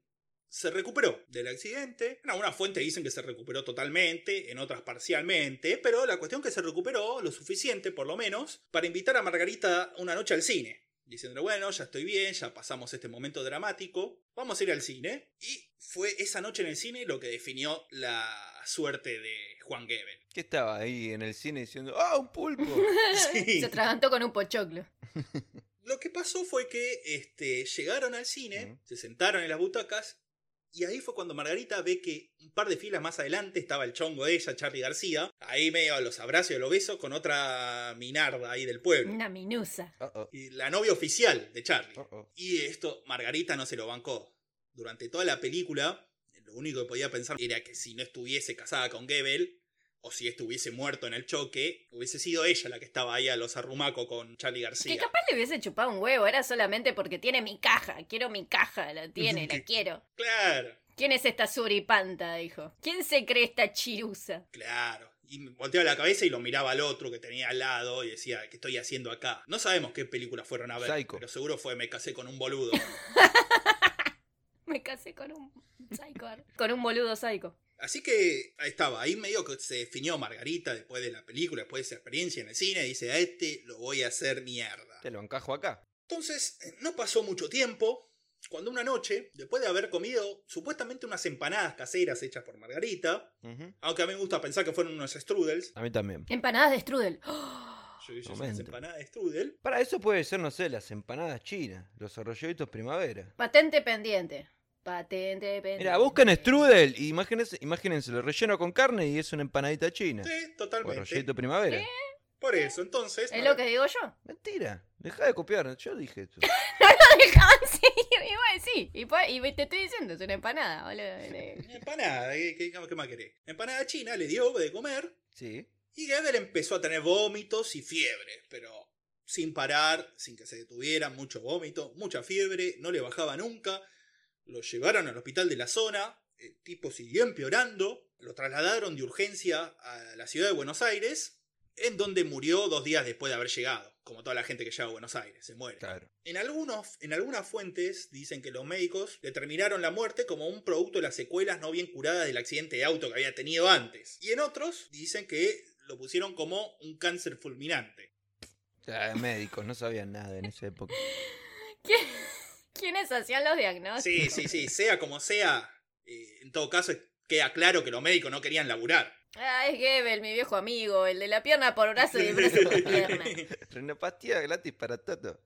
Speaker 2: se recuperó del accidente. En algunas fuentes dicen que se recuperó totalmente, en otras parcialmente, pero la cuestión que se recuperó lo suficiente, por lo menos, para invitar a Margarita una noche al cine. Diciendo, bueno, ya estoy bien, ya pasamos este momento dramático, vamos a ir al cine. Y fue esa noche en el cine lo que definió la suerte de Juan Goebbels.
Speaker 3: ¿Qué estaba ahí en el cine diciendo, ah, un pulpo?
Speaker 2: Sí.
Speaker 4: Se atragantó con un pochoclo.
Speaker 2: Lo que pasó fue que este, llegaron al cine,
Speaker 3: Ujú.
Speaker 2: se sentaron en las butacas, y ahí fue cuando Margarita ve que un par de filas más adelante estaba el chongo de ella, Charlie García, ahí medio a los abrazos y a los besos con otra minarda ahí del pueblo.
Speaker 4: Una minusa.
Speaker 3: Oh, oh,
Speaker 2: Y la novia oficial de Charlie.
Speaker 3: oh, oh.
Speaker 2: Y esto, Margarita no se lo bancó. Durante toda la película, lo único que podía pensar era que si no estuviese casada con Goebbels, o si estuviese muerto en el choque, hubiese sido ella la que estaba ahí a los arrumacos con Charlie García.
Speaker 4: Que capaz le hubiese chupado un huevo, era solamente porque tiene mi caja. Quiero mi caja, la tiene, la
Speaker 2: Sí.
Speaker 4: quiero.
Speaker 2: Claro.
Speaker 4: ¿Quién es esta suripanta? Dijo. ¿Quién se cree esta chirusa?
Speaker 2: Claro. Y volteaba la cabeza y lo miraba al otro que tenía al lado y decía, ¿qué estoy haciendo acá? No sabemos qué película fueron a ver,
Speaker 3: Psycho.
Speaker 2: pero seguro fue Me casé con un boludo.
Speaker 4: Me casé con un psycho. Con un boludo psycho.
Speaker 2: Así que ahí estaba, ahí medio que se definió Margarita después de la película, después de esa experiencia en el cine, dice, a este lo voy a hacer mierda.
Speaker 3: Te lo encajo acá.
Speaker 2: Entonces, eh, no pasó mucho tiempo cuando una noche, después de haber comido supuestamente unas empanadas caseras hechas por Margarita,
Speaker 3: Ujú.
Speaker 2: aunque a mí me gusta pensar que fueron unos strudels,
Speaker 3: A mí también.
Speaker 4: Empanadas de strudel. ¡Oh!
Speaker 2: yo hice unas
Speaker 3: Ah, Momento.
Speaker 2: empanadas de strudel,
Speaker 3: Para eso puede ser, no sé, las empanadas chinas, los arrolladitos primavera.
Speaker 4: Patente pendiente. Patente pendiente.
Speaker 3: Mira, buscan strudel y imagínense, imagínense, lo relleno con carne y es una empanadita china.
Speaker 2: sí,
Speaker 3: O
Speaker 2: totalmente.
Speaker 3: arrolladito primavera.
Speaker 4: ¿Qué?
Speaker 2: Por eso, entonces.
Speaker 4: ¿Es lo que digo yo?
Speaker 3: Mentira. Deja de copiar. Yo dije eso.
Speaker 4: dejaban seguir. Y bueno, sí. Y, po- y te estoy diciendo, es una empanada, boludo.
Speaker 2: Empanada, ¿qué, qué, qué más querés? Empanada china le dio de comer
Speaker 3: Sí.
Speaker 2: y Gebel empezó a tener vómitos y fiebre, pero sin parar, sin que se detuviera, mucho vómito, mucha fiebre, no le bajaba nunca. Lo llevaron al hospital de la zona, el tipo siguió empeorando Lo trasladaron de urgencia a la ciudad de Buenos Aires, en donde murió dos días después de haber llegado, como toda la gente que llega a Buenos Aires, se muere.
Speaker 3: Claro.
Speaker 2: En, algunos, en algunas fuentes dicen que los médicos determinaron la muerte como un producto de las secuelas no bien curadas del accidente de auto que había tenido antes. Y en otros dicen que lo pusieron como un cáncer fulminante.
Speaker 3: Ah, médicos, no sabían nada en esa época.
Speaker 4: ¿Quién- ¿Quiénes hacían los diagnósticos?
Speaker 2: Sí, sí, sí, sea como sea, eh, en todo caso queda claro que los médicos no querían laburar.
Speaker 4: Ah, es Gebel, mi viejo amigo, el de la pierna por brazo y el brazo por pierna.
Speaker 3: Renopastía gratis para Tato.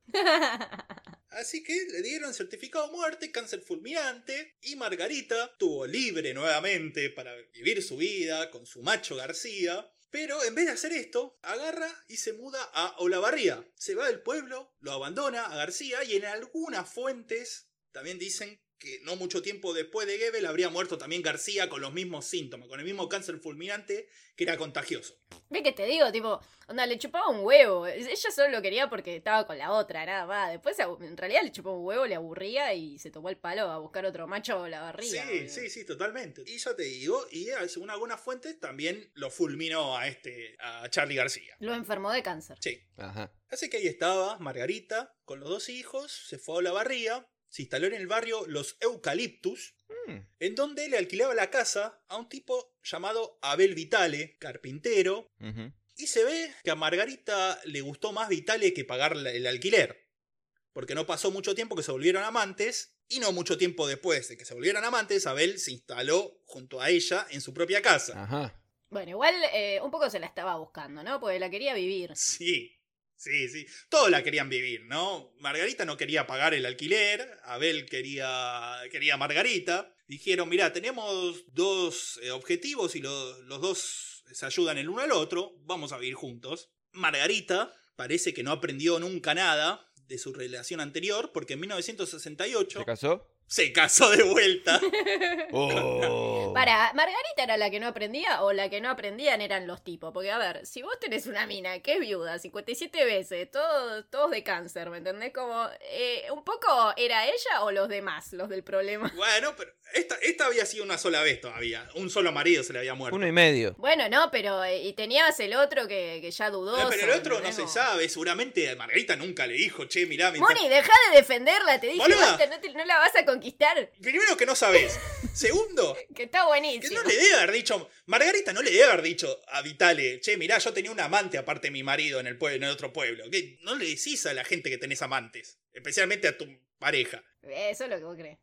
Speaker 2: Así que le dieron certificado de muerte, cáncer fulminante, y Margarita estuvo libre nuevamente para vivir su vida con su macho García. Pero en vez de hacer esto, agarra y se muda a Olavarría. Se va del pueblo, lo abandona a García y en algunas fuentes también dicen que no mucho tiempo después de Goebbels habría muerto también García con los mismos síntomas, con el mismo cáncer fulminante que era contagioso.
Speaker 4: Ve que te digo, tipo, onda, le chupaba un huevo. Ella solo lo quería porque estaba con la otra, nada más. Después, abu- en realidad, le chupaba un huevo, le aburría y se tomó el palo a buscar otro macho la barriga.
Speaker 2: Sí, sí, sí, totalmente. Y ya te digo, y eh, según algunas fuentes también lo fulminó a este, a Charlie García.
Speaker 4: Lo enfermó de cáncer.
Speaker 2: Sí.
Speaker 3: Ajá.
Speaker 2: Así que ahí estaba Margarita con los dos hijos, se fue a la barría, se instaló en el barrio Los Eucaliptus,
Speaker 3: Mm,
Speaker 2: en donde le alquilaba la casa a un tipo llamado Abel Vitale, carpintero,
Speaker 3: ujú.
Speaker 2: y se ve que a Margarita le gustó más Vitale que pagar la- el alquiler. Porque no pasó mucho tiempo que se volvieron amantes. Y no mucho tiempo después de que se volvieran amantes, Abel se instaló junto a ella en su propia
Speaker 3: Ah.
Speaker 2: casa.
Speaker 3: Ajá.
Speaker 4: Bueno, igual eh, un poco se la estaba buscando, ¿no? Porque la quería vivir.
Speaker 2: Sí, sí, sí. Todos la querían vivir, ¿no? Margarita no quería pagar el alquiler. Abel quería, quería a Margarita. Dijeron, mirá, tenemos dos eh, objetivos y lo- los dos se ayudan el uno al otro. Vamos a vivir juntos. Margarita parece que no aprendió nunca nada de su relación anterior porque en 1968
Speaker 3: ¿Se casó?
Speaker 2: se casó de vuelta.
Speaker 3: Oh.
Speaker 4: Para, ¿Margarita era la que no aprendía o la que no aprendían eran los tipos? Porque, a ver, si vos tenés una mina que es viuda 57 veces, todos, todos de cáncer, ¿me entendés? Como, eh, un poco era ella o los demás, los del problema.
Speaker 2: bueno, pero esta, esta había sido una sola vez todavía. Un solo marido se le había muerto.
Speaker 3: Uno y medio.
Speaker 4: Bueno, no, pero, eh, y tenías el otro que, que ya dudó.
Speaker 2: No, pero el otro no se sabe, seguramente a Margarita nunca le dijo, che, mirá, mientras...
Speaker 4: Moni, deja de defenderla, te dije,
Speaker 2: Boluda.
Speaker 4: basta, no, te- no la vas a conquistar,
Speaker 2: Primero que no sabes. Segundo,
Speaker 4: que está
Speaker 2: que
Speaker 4: buenísimo.
Speaker 2: no le debe haber dicho, Margarita no le debe haber dicho a Vitale, che, mirá, yo tenía un amante aparte de mi marido en el, pueblo, en el otro pueblo. Que no le decís a la gente que tenés amantes, especialmente a tu pareja.
Speaker 4: Eh, Eso es lo que vos crees.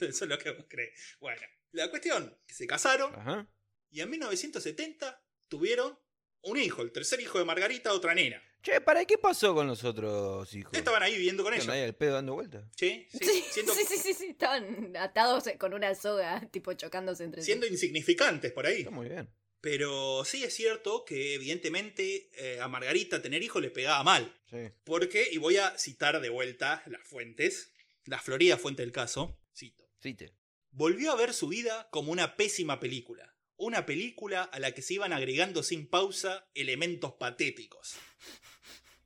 Speaker 2: Eso es lo que vos crees. Bueno, la cuestión, que se casaron
Speaker 3: Ajá.
Speaker 2: y en 1970 tuvieron un hijo, el tercer hijo de Margarita, otra nena.
Speaker 3: Che, ¿para qué pasó con los otros hijos?
Speaker 2: Estaban ahí viviendo con
Speaker 3: Estaban
Speaker 2: ella.
Speaker 3: ahí al pedo dando vueltas.
Speaker 2: Sí, sí,
Speaker 4: Sí,
Speaker 2: siendo,
Speaker 4: sí, sí, sí, sí, estaban atados con una soga, tipo chocándose entre sí.
Speaker 2: siendo insignificantes por ahí.
Speaker 3: Está muy bien.
Speaker 2: Pero sí es cierto que evidentemente eh, a Margarita tener hijos le pegaba mal.
Speaker 3: Sí.
Speaker 2: Porque, y voy a citar de vuelta las fuentes, la Florida fuente del caso, cito.
Speaker 3: Sí, te.
Speaker 2: Volvió a ver su vida como una pésima película. Una película a la que se iban agregando sin pausa elementos patéticos.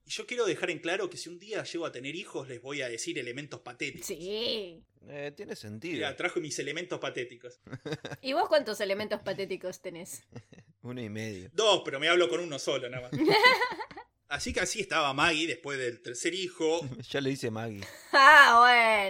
Speaker 2: Y yo quiero dejar en claro que si un día llego a tener hijos les voy a decir elementos patéticos.
Speaker 4: Sí.
Speaker 3: Eh, tiene sentido.
Speaker 2: Mira, trajo mis elementos patéticos.
Speaker 4: ¿Y vos cuántos elementos patéticos tenés?
Speaker 3: Uno y medio.
Speaker 2: Dos, pero me hablo con uno solo nada más. Así que así estaba Maggie después del tercer hijo,
Speaker 3: Ya le dice Maggie.
Speaker 4: Ah,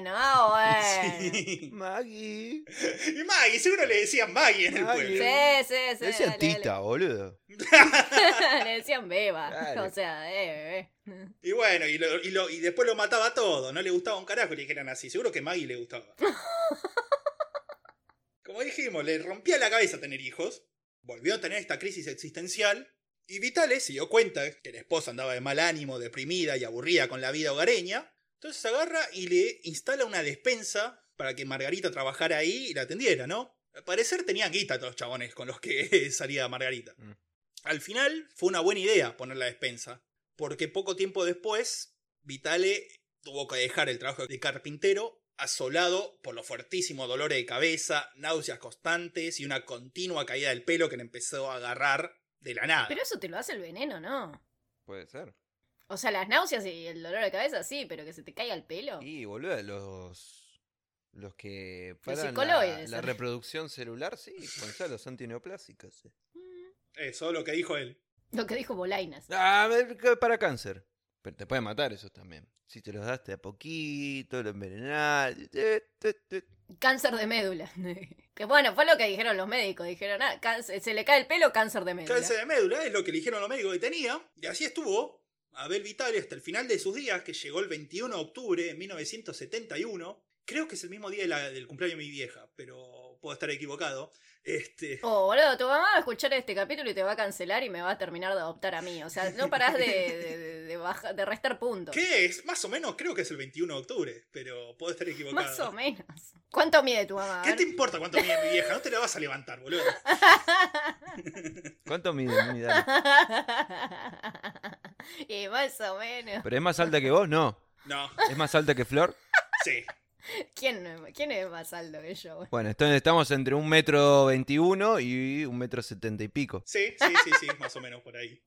Speaker 4: bueno, ah, bueno. Sí,
Speaker 2: Sí.
Speaker 3: Maggie.
Speaker 2: Y Maggie, seguro le decían Maggie en el
Speaker 3: Maggie.
Speaker 2: pueblo.
Speaker 4: sí, sí.
Speaker 3: Le decían
Speaker 4: dale,
Speaker 3: tita, boludo.
Speaker 4: dale. Le decían beba.
Speaker 3: Claro.
Speaker 4: O sea, eh, bebé.
Speaker 2: Y bueno, y, lo- y lo- y después lo mataba todo. No le gustaba un carajo y le dijeran así. Seguro que Maggie le gustaba. Como dijimos, le rompía la cabeza tener hijos. Volvió a tener esta crisis existencial. Y Vitale se dio cuenta que la esposa andaba de mal ánimo, deprimida y aburrida con la vida hogareña. Entonces agarra y le instala una despensa para que Margarita trabajara ahí y la atendiera, ¿no? Al parecer tenían guita todos los chabones con los que salía Margarita.
Speaker 3: Mm.
Speaker 2: Al final fue una buena idea poner la despensa, porque poco tiempo después Vitale tuvo que dejar el trabajo de carpintero asolado por los fuertísimos dolores de cabeza, náuseas constantes y una continua caída del pelo que le empezó a agarrar de la nada.
Speaker 4: Pero eso te lo hace el veneno, ¿no?
Speaker 3: Puede ser.
Speaker 4: O sea, las náuseas y el dolor de cabeza, sí, pero que se te caiga el pelo.
Speaker 3: Y, boludo, los. Los que paran la,
Speaker 4: psicoloides,
Speaker 3: la
Speaker 4: ¿eh?
Speaker 3: reproducción celular, sí, Gonzalo, los antineoplásicos. sí.
Speaker 4: Mm.
Speaker 2: Eso, lo que dijo él.
Speaker 4: Lo que dijo Bolainas.
Speaker 3: Ah, me- que para cáncer. Pero te pueden matar esos también. Si te los das de a poquito, los envenenás. eh, te- te-
Speaker 4: Cáncer de médula. que bueno, fue lo que dijeron los médicos. Dijeron, ah, cáncer- se le cae el pelo, cáncer de médula.
Speaker 2: Cáncer de médula es lo que eligieron los médicos que tenía, y así estuvo Abel Vitale hasta el final de sus días, que llegó el 21 de octubre de 1971. Creo que es el mismo día de la- del cumpleaños de mi vieja, pero puedo estar equivocado. Este,
Speaker 4: Oh, boludo, tu mamá va a escuchar este capítulo y te va a cancelar y me va a terminar de adoptar a mí. O sea, no parás de, de, de- de baja- de restar puntos.
Speaker 2: ¿Qué es? Más o menos creo que es el 21 de octubre, pero puedo estar equivocado.
Speaker 4: Más o menos. ¿Cuánto mide tu mamá? A
Speaker 2: ¿Qué
Speaker 4: ver.
Speaker 2: te importa cuánto mide mi vieja? No te la vas a levantar, boludo.
Speaker 3: ¿Cuánto mide? Mide, dale.
Speaker 4: y más o menos.
Speaker 3: ¿Pero es más alta que vos? No.
Speaker 2: No,
Speaker 3: ¿Es más alta que Flor?
Speaker 2: sí.
Speaker 4: ¿Quién, no es- quién es más alto que yo?
Speaker 3: Bueno, entonces estamos entre un metro veintiuno y un metro setenta y pico.
Speaker 2: Sí, sí, sí, sí, más o menos por ahí.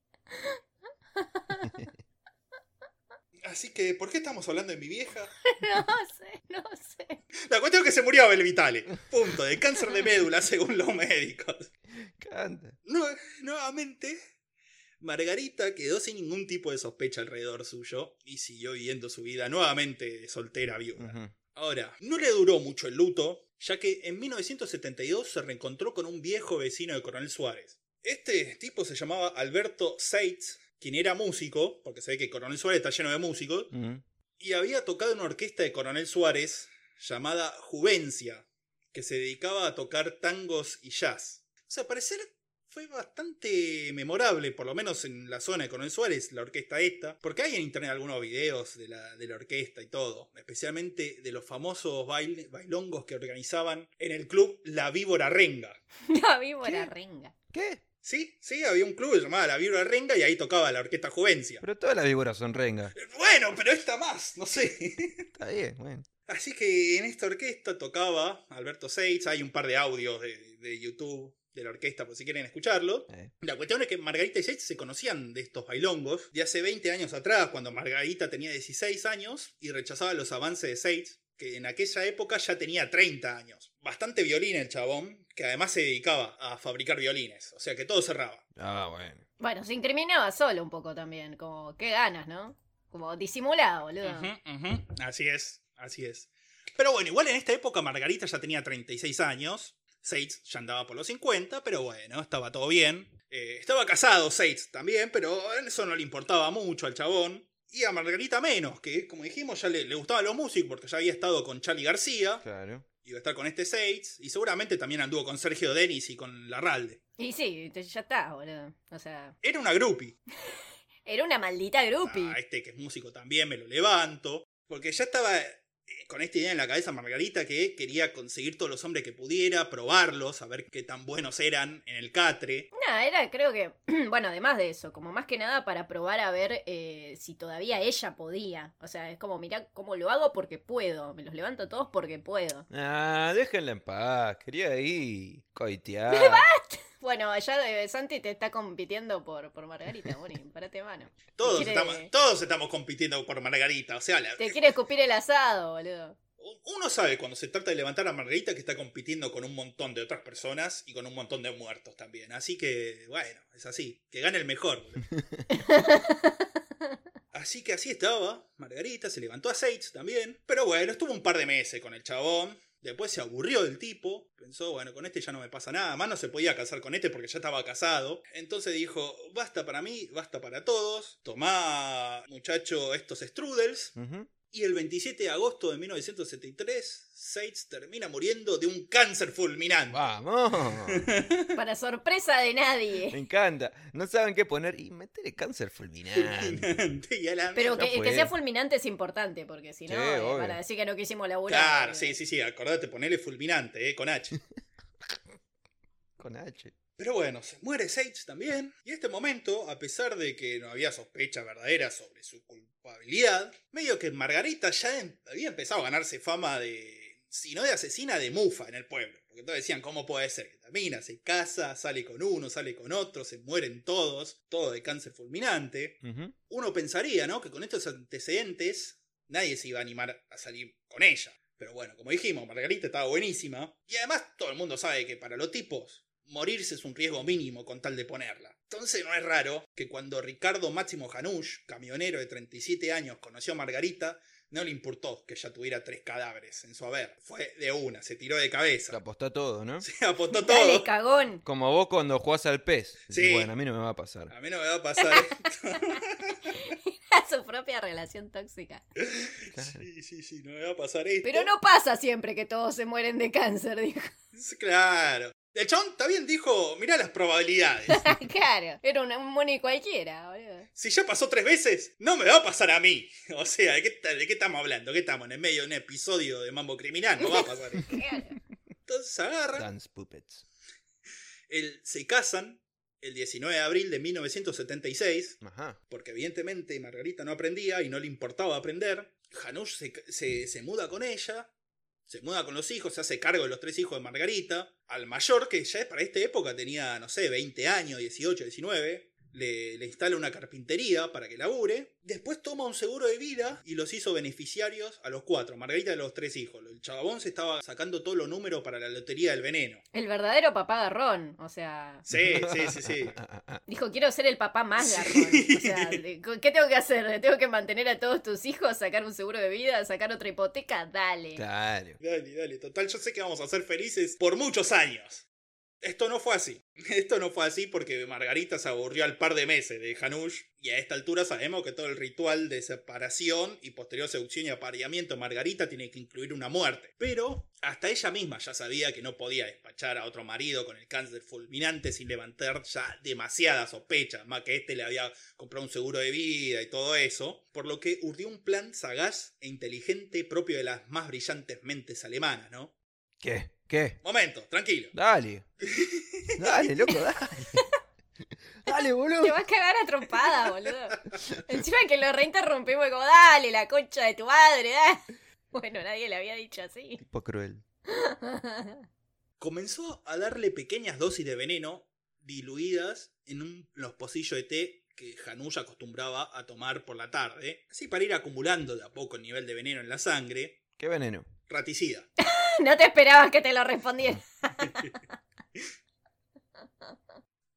Speaker 2: Así que, ¿por qué estamos hablando de mi vieja?
Speaker 4: No sé, no sé.
Speaker 2: La cuestión es que se murió Abel Vitale. Punto, de cáncer de médula, según los médicos.
Speaker 3: Canta.
Speaker 2: Nue- nuevamente, Margarita quedó sin ningún tipo de sospecha alrededor suyo y siguió viviendo su vida nuevamente de soltera viuda.
Speaker 3: Ujú.
Speaker 2: Ahora, no le duró mucho el luto, ya que en 1972 se reencontró con un viejo vecino de Coronel Suárez. Este tipo se llamaba Alberto Seitz, quien era músico, porque se ve que Coronel Suárez está lleno de músicos,
Speaker 3: Ujú.
Speaker 2: y había tocado en una orquesta de Coronel Suárez llamada Juvencia, que se dedicaba a tocar tangos y jazz. O sea, al parecer fue bastante memorable, por lo menos en la zona de Coronel Suárez, la orquesta esta, porque hay en internet algunos videos de la, de la orquesta y todo, especialmente de los famosos bail- bailongos que organizaban en el club La Víbora Renga.
Speaker 4: La víbora
Speaker 3: ¿Qué?
Speaker 4: renga.
Speaker 3: ¿Qué?
Speaker 2: Sí, sí, había un club llamado La Víbora Renga y ahí tocaba la orquesta Juvencia.
Speaker 3: Pero todas las víboras son rengas.
Speaker 2: Bueno, pero esta más, no sé.
Speaker 3: Está bien, bueno.
Speaker 2: Así que en esta orquesta tocaba Alberto Seitz, hay un par de audios de, de YouTube de la orquesta por si quieren escucharlo.
Speaker 3: Eh.
Speaker 2: La cuestión es que Margarita y Seitz se conocían de estos bailongos de hace 20 años atrás, cuando Margarita tenía 16 años y rechazaba los avances de Seitz, que en aquella época ya tenía 30 años. Bastante violín el chabón, que además se dedicaba a fabricar violines, o sea que todo cerraba.
Speaker 3: Ah, bueno.
Speaker 4: Bueno, se incriminaba solo un poco también. Como, qué ganas, ¿no? Como disimulado, boludo.
Speaker 2: Así es, así es. Pero bueno, igual en esta época Margarita ya tenía 36 años, Seitz ya andaba por los 50, pero bueno, estaba todo bien. Eh, estaba casado Seitz también, pero eso no le importaba mucho al chabón. Y a Margarita menos, que como dijimos ya le, le gustaban los músicos porque ya había estado con Charlie García,
Speaker 3: Claro.
Speaker 2: iba a estar con este Seitz, y seguramente también anduvo con Sergio Denis y con Larralde.
Speaker 4: Y sí, te- ya está, boludo. O sea,
Speaker 2: Era una groupie.
Speaker 4: era una maldita grupi.
Speaker 2: Ah, este que es músico también me lo levanto. Porque ya estaba eh, con esta idea en la cabeza Margarita que quería conseguir todos los hombres que pudiera, probarlos, a ver qué tan buenos eran en el catre.
Speaker 4: Nada, era creo que, bueno, además de eso, como más que nada para probar a ver eh, si todavía ella podía. O sea, es como, mirá cómo lo hago porque puedo. Me los levanto todos porque puedo.
Speaker 3: Ah, déjenla en paz. Quería ir coitear.
Speaker 4: Bueno, allá de Santi te está compitiendo por, por Margarita, Boni, parate mano.
Speaker 2: Todos,
Speaker 4: Quiere-
Speaker 2: estamos, todos estamos compitiendo por Margarita. O sea, la-
Speaker 4: Te quiere escupir el asado, boludo.
Speaker 2: uno sabe cuando se trata de levantar a Margarita que está compitiendo con un montón de otras personas y con un montón de muertos también. Así que, bueno, es así. Que gane el mejor. boludo. Así que así estaba. Margarita se levantó a Sage también. Pero bueno, estuvo un par de meses con el chabón. Después se aburrió del tipo. Pensó, bueno, con este ya no me pasa nada. Más no se podía casar con este porque ya estaba casado. Entonces dijo, basta para mí, basta para todos. Tomá, muchacho, estos strudels.
Speaker 3: Ujú.
Speaker 2: Y el 27 de agosto de 1973, Seitz termina muriendo de un cáncer fulminante.
Speaker 3: Vamos.
Speaker 4: Para sorpresa de
Speaker 3: Me
Speaker 4: nadie.
Speaker 3: encanta. No saben qué poner. Y meterle cáncer fulminante.
Speaker 2: Fulminante y a la
Speaker 4: Pero
Speaker 3: Ya
Speaker 4: que,
Speaker 3: fue.
Speaker 4: que sea fulminante es importante, porque si no,
Speaker 3: Sí,
Speaker 4: eh,
Speaker 3: obvio.
Speaker 4: van a decir que no quisimos laburar. eh,
Speaker 2: Claro,
Speaker 4: boludo.
Speaker 2: sí, sí, sí, acordate, ponele fulminante, eh, con H.
Speaker 3: Con H.
Speaker 2: Pero bueno, se muere Sage también, y en este momento, a pesar de que no había sospecha verdadera sobre su culpabilidad, medio que Margarita ya em- había empezado a ganarse fama de, si no de asesina, de mufa en el pueblo. Porque todos decían, ¿cómo puede ser que termina? Se casa, sale con uno, sale con otro, se mueren todos, todo de cáncer fulminante.
Speaker 3: Ujú.
Speaker 2: Uno pensaría, ¿no? Que con estos antecedentes nadie se iba a animar a salir con ella. Pero bueno, como dijimos, Margarita estaba buenísima. Y además todo el mundo sabe que para los tipos, morirse es un riesgo mínimo con tal de ponerla. Entonces no es raro que cuando Ricardo Máximo Janush, camionero de 37 años, conoció a Margarita, no le importó que ya tuviera tres cadáveres en su haber. Fue de una, se tiró de
Speaker 3: Se
Speaker 2: cabeza.
Speaker 3: apostó todo, ¿no?
Speaker 2: Se apostó
Speaker 4: Dale,
Speaker 2: todo.
Speaker 4: cagón.
Speaker 3: Como vos cuando jugás al pez. Decís,
Speaker 2: Sí.
Speaker 3: Bueno, a mí no me va a pasar.
Speaker 2: A mí no me va a pasar.
Speaker 4: A su propia relación tóxica.
Speaker 2: Sí, sí, sí, no me va a pasar esto.
Speaker 4: Pero no pasa siempre que todos se mueren de cáncer, dijo.
Speaker 2: Es Claro. El chabón también dijo, mirá las probabilidades.
Speaker 4: claro, era una- un money cualquiera, boludo.
Speaker 2: Si ya pasó tres veces, no me va a pasar a mí. O sea, ¿de qué, ta- de qué estamos hablando? ¿Qué estamos en el medio de un episodio de Mambo Criminal? No va a pasar esto.
Speaker 4: Claro.
Speaker 2: Entonces agarra,
Speaker 3: Dance puppets.
Speaker 2: el- se casan el 19 de abril de 1976,
Speaker 3: Ajá.
Speaker 2: porque evidentemente Margarita no aprendía y no le importaba aprender. Hanush se, se- se muda con ella, se muda con los hijos, se hace cargo de los tres hijos de Margarita. Al mayor, que ya para esta época tenía, no sé, 20 años, 18, 19, le, le instala una carpintería para que labure. Después toma un seguro de vida y los hizo beneficiarios a los cuatro, Margarita y los tres hijos. El chabón se estaba sacando todos los números para la lotería del veneno.
Speaker 4: El verdadero papá garrón, o sea,
Speaker 2: Sí, sí, sí, sí.
Speaker 3: Ah,
Speaker 4: dijo, quiero ser el papá más
Speaker 2: Sí.
Speaker 4: garrón. O sea, de- ¿qué tengo que hacer? ¿Tengo que mantener a todos tus hijos, sacar un seguro de vida, sacar otra hipoteca? Dale.
Speaker 3: Claro.
Speaker 2: Dale, dale, total, yo sé que vamos a ser felices por muchos años. Esto no fue así. Esto no fue así porque Margarita se aburrió al par de meses de Hanush y a esta altura sabemos que todo el ritual de separación y posterior seducción y apareamiento de Margarita tiene que incluir una muerte. Pero hasta ella misma ya sabía que no podía despachar a otro marido con el cáncer fulminante sin levantar ya demasiadas sospechas, más que este le había comprado un seguro de vida y todo eso, por lo que urdió un plan sagaz e inteligente propio de las más brillantes mentes alemanas, ¿no?
Speaker 3: ¿Qué? ¿Qué?
Speaker 2: Momento, tranquilo.
Speaker 3: Dale. Dale, loco, dale. Dale, boludo.
Speaker 4: Te vas a cagar a trompada, boludo. Encima que lo reinterrumpimos y como, dale, la concha de tu madre, da. Bueno, nadie le había dicho así.
Speaker 3: Tipo cruel.
Speaker 2: comenzó a darle pequeñas dosis de veneno diluidas en un- los pocillos de té que Hanuya acostumbraba a tomar por la tarde, así para ir acumulando de a poco el nivel de veneno en la sangre,
Speaker 3: Qué veneno.
Speaker 2: raticida.
Speaker 4: No te esperabas que te lo respondiera.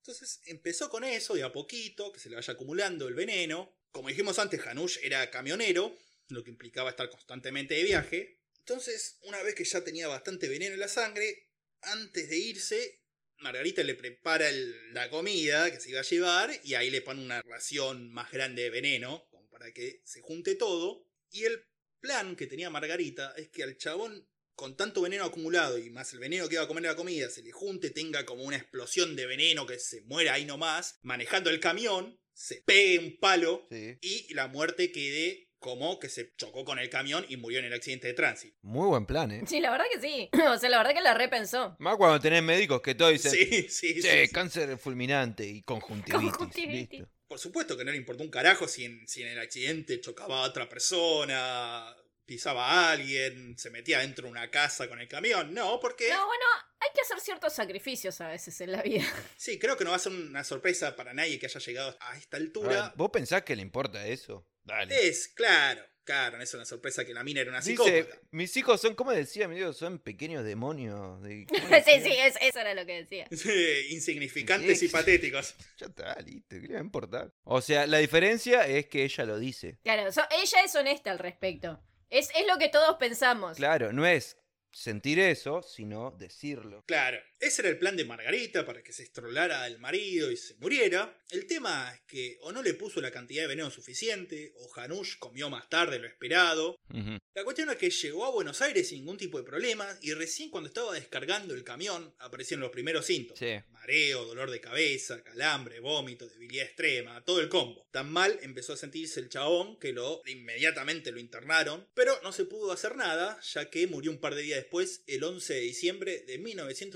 Speaker 2: Entonces empezó con eso de a poquito, que se le vaya acumulando el veneno. Como dijimos antes, Hanush era camionero, lo que implicaba estar constantemente de viaje. Entonces, una vez que ya tenía bastante veneno en la sangre, antes de irse, Margarita le prepara el- la comida que se iba a llevar y ahí le pone una ración más grande de veneno, como para que se junte todo. Y el plan que tenía Margarita es que al chabón con tanto veneno acumulado y más el veneno que iba a comer en la comida se le junte, tenga como una explosión de veneno que se muera ahí nomás, manejando el camión, se pegue un palo
Speaker 3: Sí.
Speaker 2: y la muerte quede como que se chocó con el camión y murió en el accidente de tránsito.
Speaker 3: Muy buen plan, eh.
Speaker 4: Sí, la verdad que sí. O sea, la verdad que la repensó.
Speaker 3: Más cuando tenés médicos que todos dicen.
Speaker 2: Sí, sí, sí.
Speaker 3: Che, cáncer fulminante y conjuntivitis.
Speaker 4: Conjuntivitis.
Speaker 3: Listo.
Speaker 2: Por supuesto que no le importó un carajo si en, si en el accidente chocaba a otra persona, pisaba a alguien, se metía dentro de una casa con el camión. No, porque...
Speaker 4: No, bueno, hay que hacer ciertos sacrificios a veces en la vida.
Speaker 2: Sí, creo que no va a ser una sorpresa para nadie que haya llegado a esta
Speaker 3: Ah,
Speaker 2: altura.
Speaker 3: ¿Vos pensás que le importa eso? Dale.
Speaker 2: Es, claro, claro, no es una sorpresa que la mina era una
Speaker 3: Dice,
Speaker 2: psicópata.
Speaker 3: mis hijos son, ¿cómo decía mi Dios? Son pequeños demonios. De, ¿cómo
Speaker 4: sí,
Speaker 3: decía?
Speaker 4: sí, es- eso era lo que decía.
Speaker 2: Sí, Insignificantes y
Speaker 3: Sí.
Speaker 2: patéticos.
Speaker 3: Ya está, listo, ¿qué le va a importar? O sea, la diferencia es que ella lo dice.
Speaker 4: Claro, so- ella es honesta al respecto. Es, es lo que todos pensamos.
Speaker 3: Claro, no es sentir eso, sino decirlo.
Speaker 2: Claro, ese era el plan de Margarita para que se estrolara al marido y se muriera. El tema es que o no le puso la cantidad de veneno suficiente, o Hanush comió más tarde lo esperado.
Speaker 3: Ujú.
Speaker 2: La cuestión es que llegó a Buenos Aires sin ningún tipo de problema y recién cuando estaba descargando el camión aparecieron los primeros síntomas.
Speaker 3: Sí.
Speaker 2: Mareo, dolor de cabeza, calambre, vómito, debilidad extrema, todo el combo. Tan mal empezó a sentirse el chabón que lo inmediatamente lo internaron, pero no se pudo hacer nada, ya que murió un par de días después, el 11 de diciembre de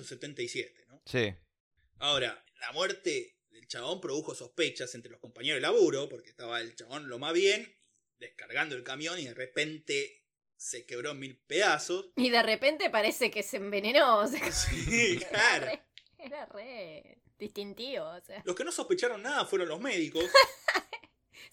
Speaker 2: 1977. ¿no?
Speaker 3: Sí.
Speaker 2: Ahora, la muerte del chabón produjo sospechas entre los compañeros de laburo, porque estaba el chabón lo más bien, descargando el camión y de repente se quebró en mil pedazos.
Speaker 4: Y de repente parece que se envenenó. O sea,
Speaker 2: Sí,
Speaker 4: era,
Speaker 2: claro.
Speaker 4: re, era re distintivo. O sea.
Speaker 2: Los que no sospecharon nada fueron los médicos,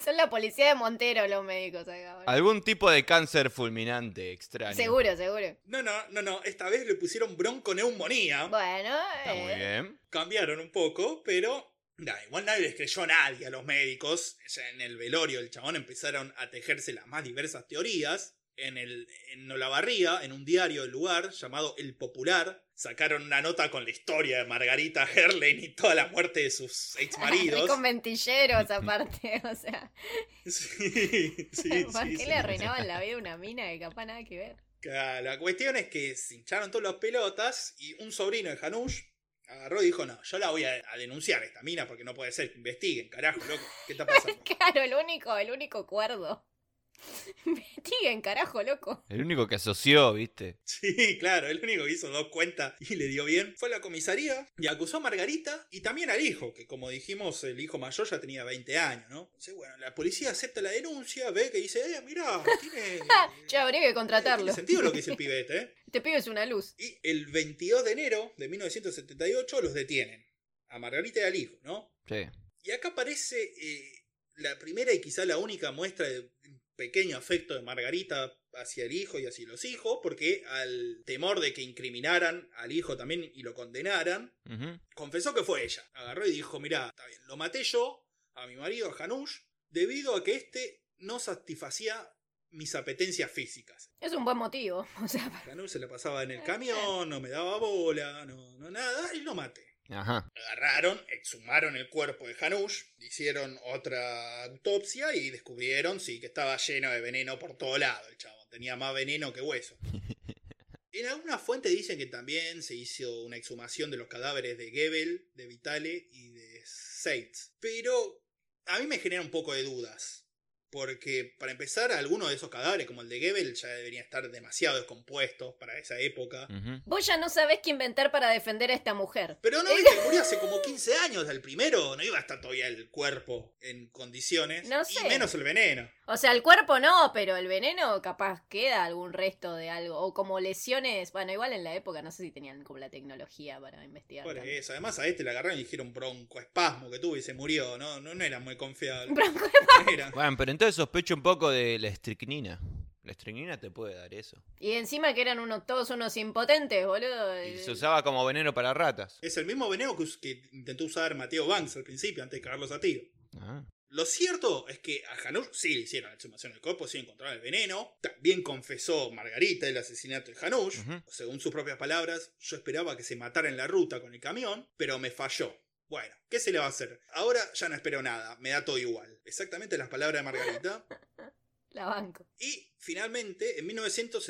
Speaker 4: Son la policía de Montero los médicos acá. boludo.
Speaker 3: Algún tipo de cáncer fulminante extraño.
Speaker 4: Seguro, seguro.
Speaker 2: No, no, no, no. Esta vez le pusieron bronconeumonía.
Speaker 4: Bueno,
Speaker 3: Está muy
Speaker 4: eh,
Speaker 3: bien.
Speaker 2: Cambiaron un poco, pero. nah, igual nadie les creyó a nadie a los médicos. Ya en el velorio del chabón empezaron a tejerse las más diversas teorías. En, el, en Olavarría, en un diario del lugar llamado El Popular, sacaron una nota con la historia de Margarita Herlen y toda la muerte de sus ex maridos.
Speaker 4: re con ventilleros aparte, o sea,
Speaker 2: Sí, sí,
Speaker 4: ¿por
Speaker 2: sí,
Speaker 4: qué
Speaker 2: sí.
Speaker 4: le arruinaban la vida a una mina que capaz nada que ver?
Speaker 2: Claro, La cuestión es que se hincharon todas las pelotas y un sobrino de Hanush agarró y dijo, no, yo la voy a, a denunciar esta mina porque no puede ser que investiguen, carajo, loco, ¿qué está pasando?
Speaker 4: Claro, el único, el único cuerdo. Investiguen, carajo, loco.
Speaker 3: El único que asoció, ¿viste?
Speaker 2: Sí, claro, el único que hizo dos cuentas y le dio bien fue a la comisaría y acusó a Margarita y también al hijo, que como dijimos, el hijo mayor ya tenía 20 años, ¿no? Entonces, bueno, la policía acepta la denuncia, ve que dice, eh, mirá, tiene...
Speaker 4: Yo habría que
Speaker 2: tiene
Speaker 4: contratarlo.
Speaker 2: sentido lo que dice el pibete, ¿eh?
Speaker 4: Te pides una luz.
Speaker 2: Y el 22 de enero de 1978 los detienen. A Margarita y al hijo, ¿no?
Speaker 3: Sí.
Speaker 2: Y acá aparece eh, la primera y quizá la única muestra de un pequeño afecto de Margarita hacia el hijo y hacia los hijos, porque al temor de que incriminaran al hijo también y lo condenaran,
Speaker 3: Ujú.
Speaker 2: confesó que fue ella. Agarró y dijo, mirá, está bien, lo maté yo a mi marido, a Hanush, debido a que éste no satisfacía mis apetencias físicas.
Speaker 4: Es un buen motivo. O sea, para-
Speaker 2: Hanush se la pasaba en el camión, no me daba bola, no, no nada, y lo maté.
Speaker 3: Ajá.
Speaker 2: Agarraron, exhumaron el cuerpo de Hanush, hicieron otra autopsia y descubrieron, sí, que estaba lleno de veneno por todo lado el chabón. Tenía más veneno que hueso. En algunas fuentes dicen que también se hizo una exhumación de los cadáveres de Gebel, de Vitale y de Seitz. Pero a mí me genera un poco de dudas. Porque, para empezar, algunos de esos cadáveres, como el de Gebel, ya deberían estar demasiado descompuestos para esa época.
Speaker 3: Ujú.
Speaker 4: vos ya no sabés qué inventar para defender a esta mujer.
Speaker 2: Pero no viste que murió hace como 15 años del primero, no iba a estar todavía el cuerpo en condiciones.
Speaker 4: No
Speaker 2: Y
Speaker 4: sé.
Speaker 2: menos el veneno.
Speaker 4: O sea, el cuerpo no, pero el veneno capaz queda algún resto de algo. O como lesiones. Bueno, igual en la época no sé si tenían como la tecnología para investigar.
Speaker 2: Por
Speaker 4: tanto.
Speaker 2: eso, además a este le agarraron y le dijeron broncoespasmo que tuvo y se murió, no, no, no era muy confiable.
Speaker 4: Bronco-
Speaker 2: No era.
Speaker 3: Bueno, pero entonces sospecho un poco de la estricnina. La estricnina te puede dar eso.
Speaker 4: Y encima que eran unos, todos unos impotentes, boludo. eh,
Speaker 3: Y se usaba como veneno para ratas.
Speaker 2: Es el mismo veneno que, us- que intentó usar Mateo Banks al principio, antes de cagarlos a tiro.
Speaker 3: Ah.
Speaker 2: Lo cierto es que a Hanush sí le hicieron la exhumación del cuerpo, sí encontraron el veneno. También confesó Margarita el asesinato de Hanush.
Speaker 3: Ujú.
Speaker 2: Según sus propias palabras, yo esperaba que se matara en la ruta con el camión, pero me falló. Bueno, ¿qué se le va a hacer? Ahora ya no espero nada, me da todo igual. Exactamente las palabras de Margarita.
Speaker 4: La banco.
Speaker 2: Y finalmente, en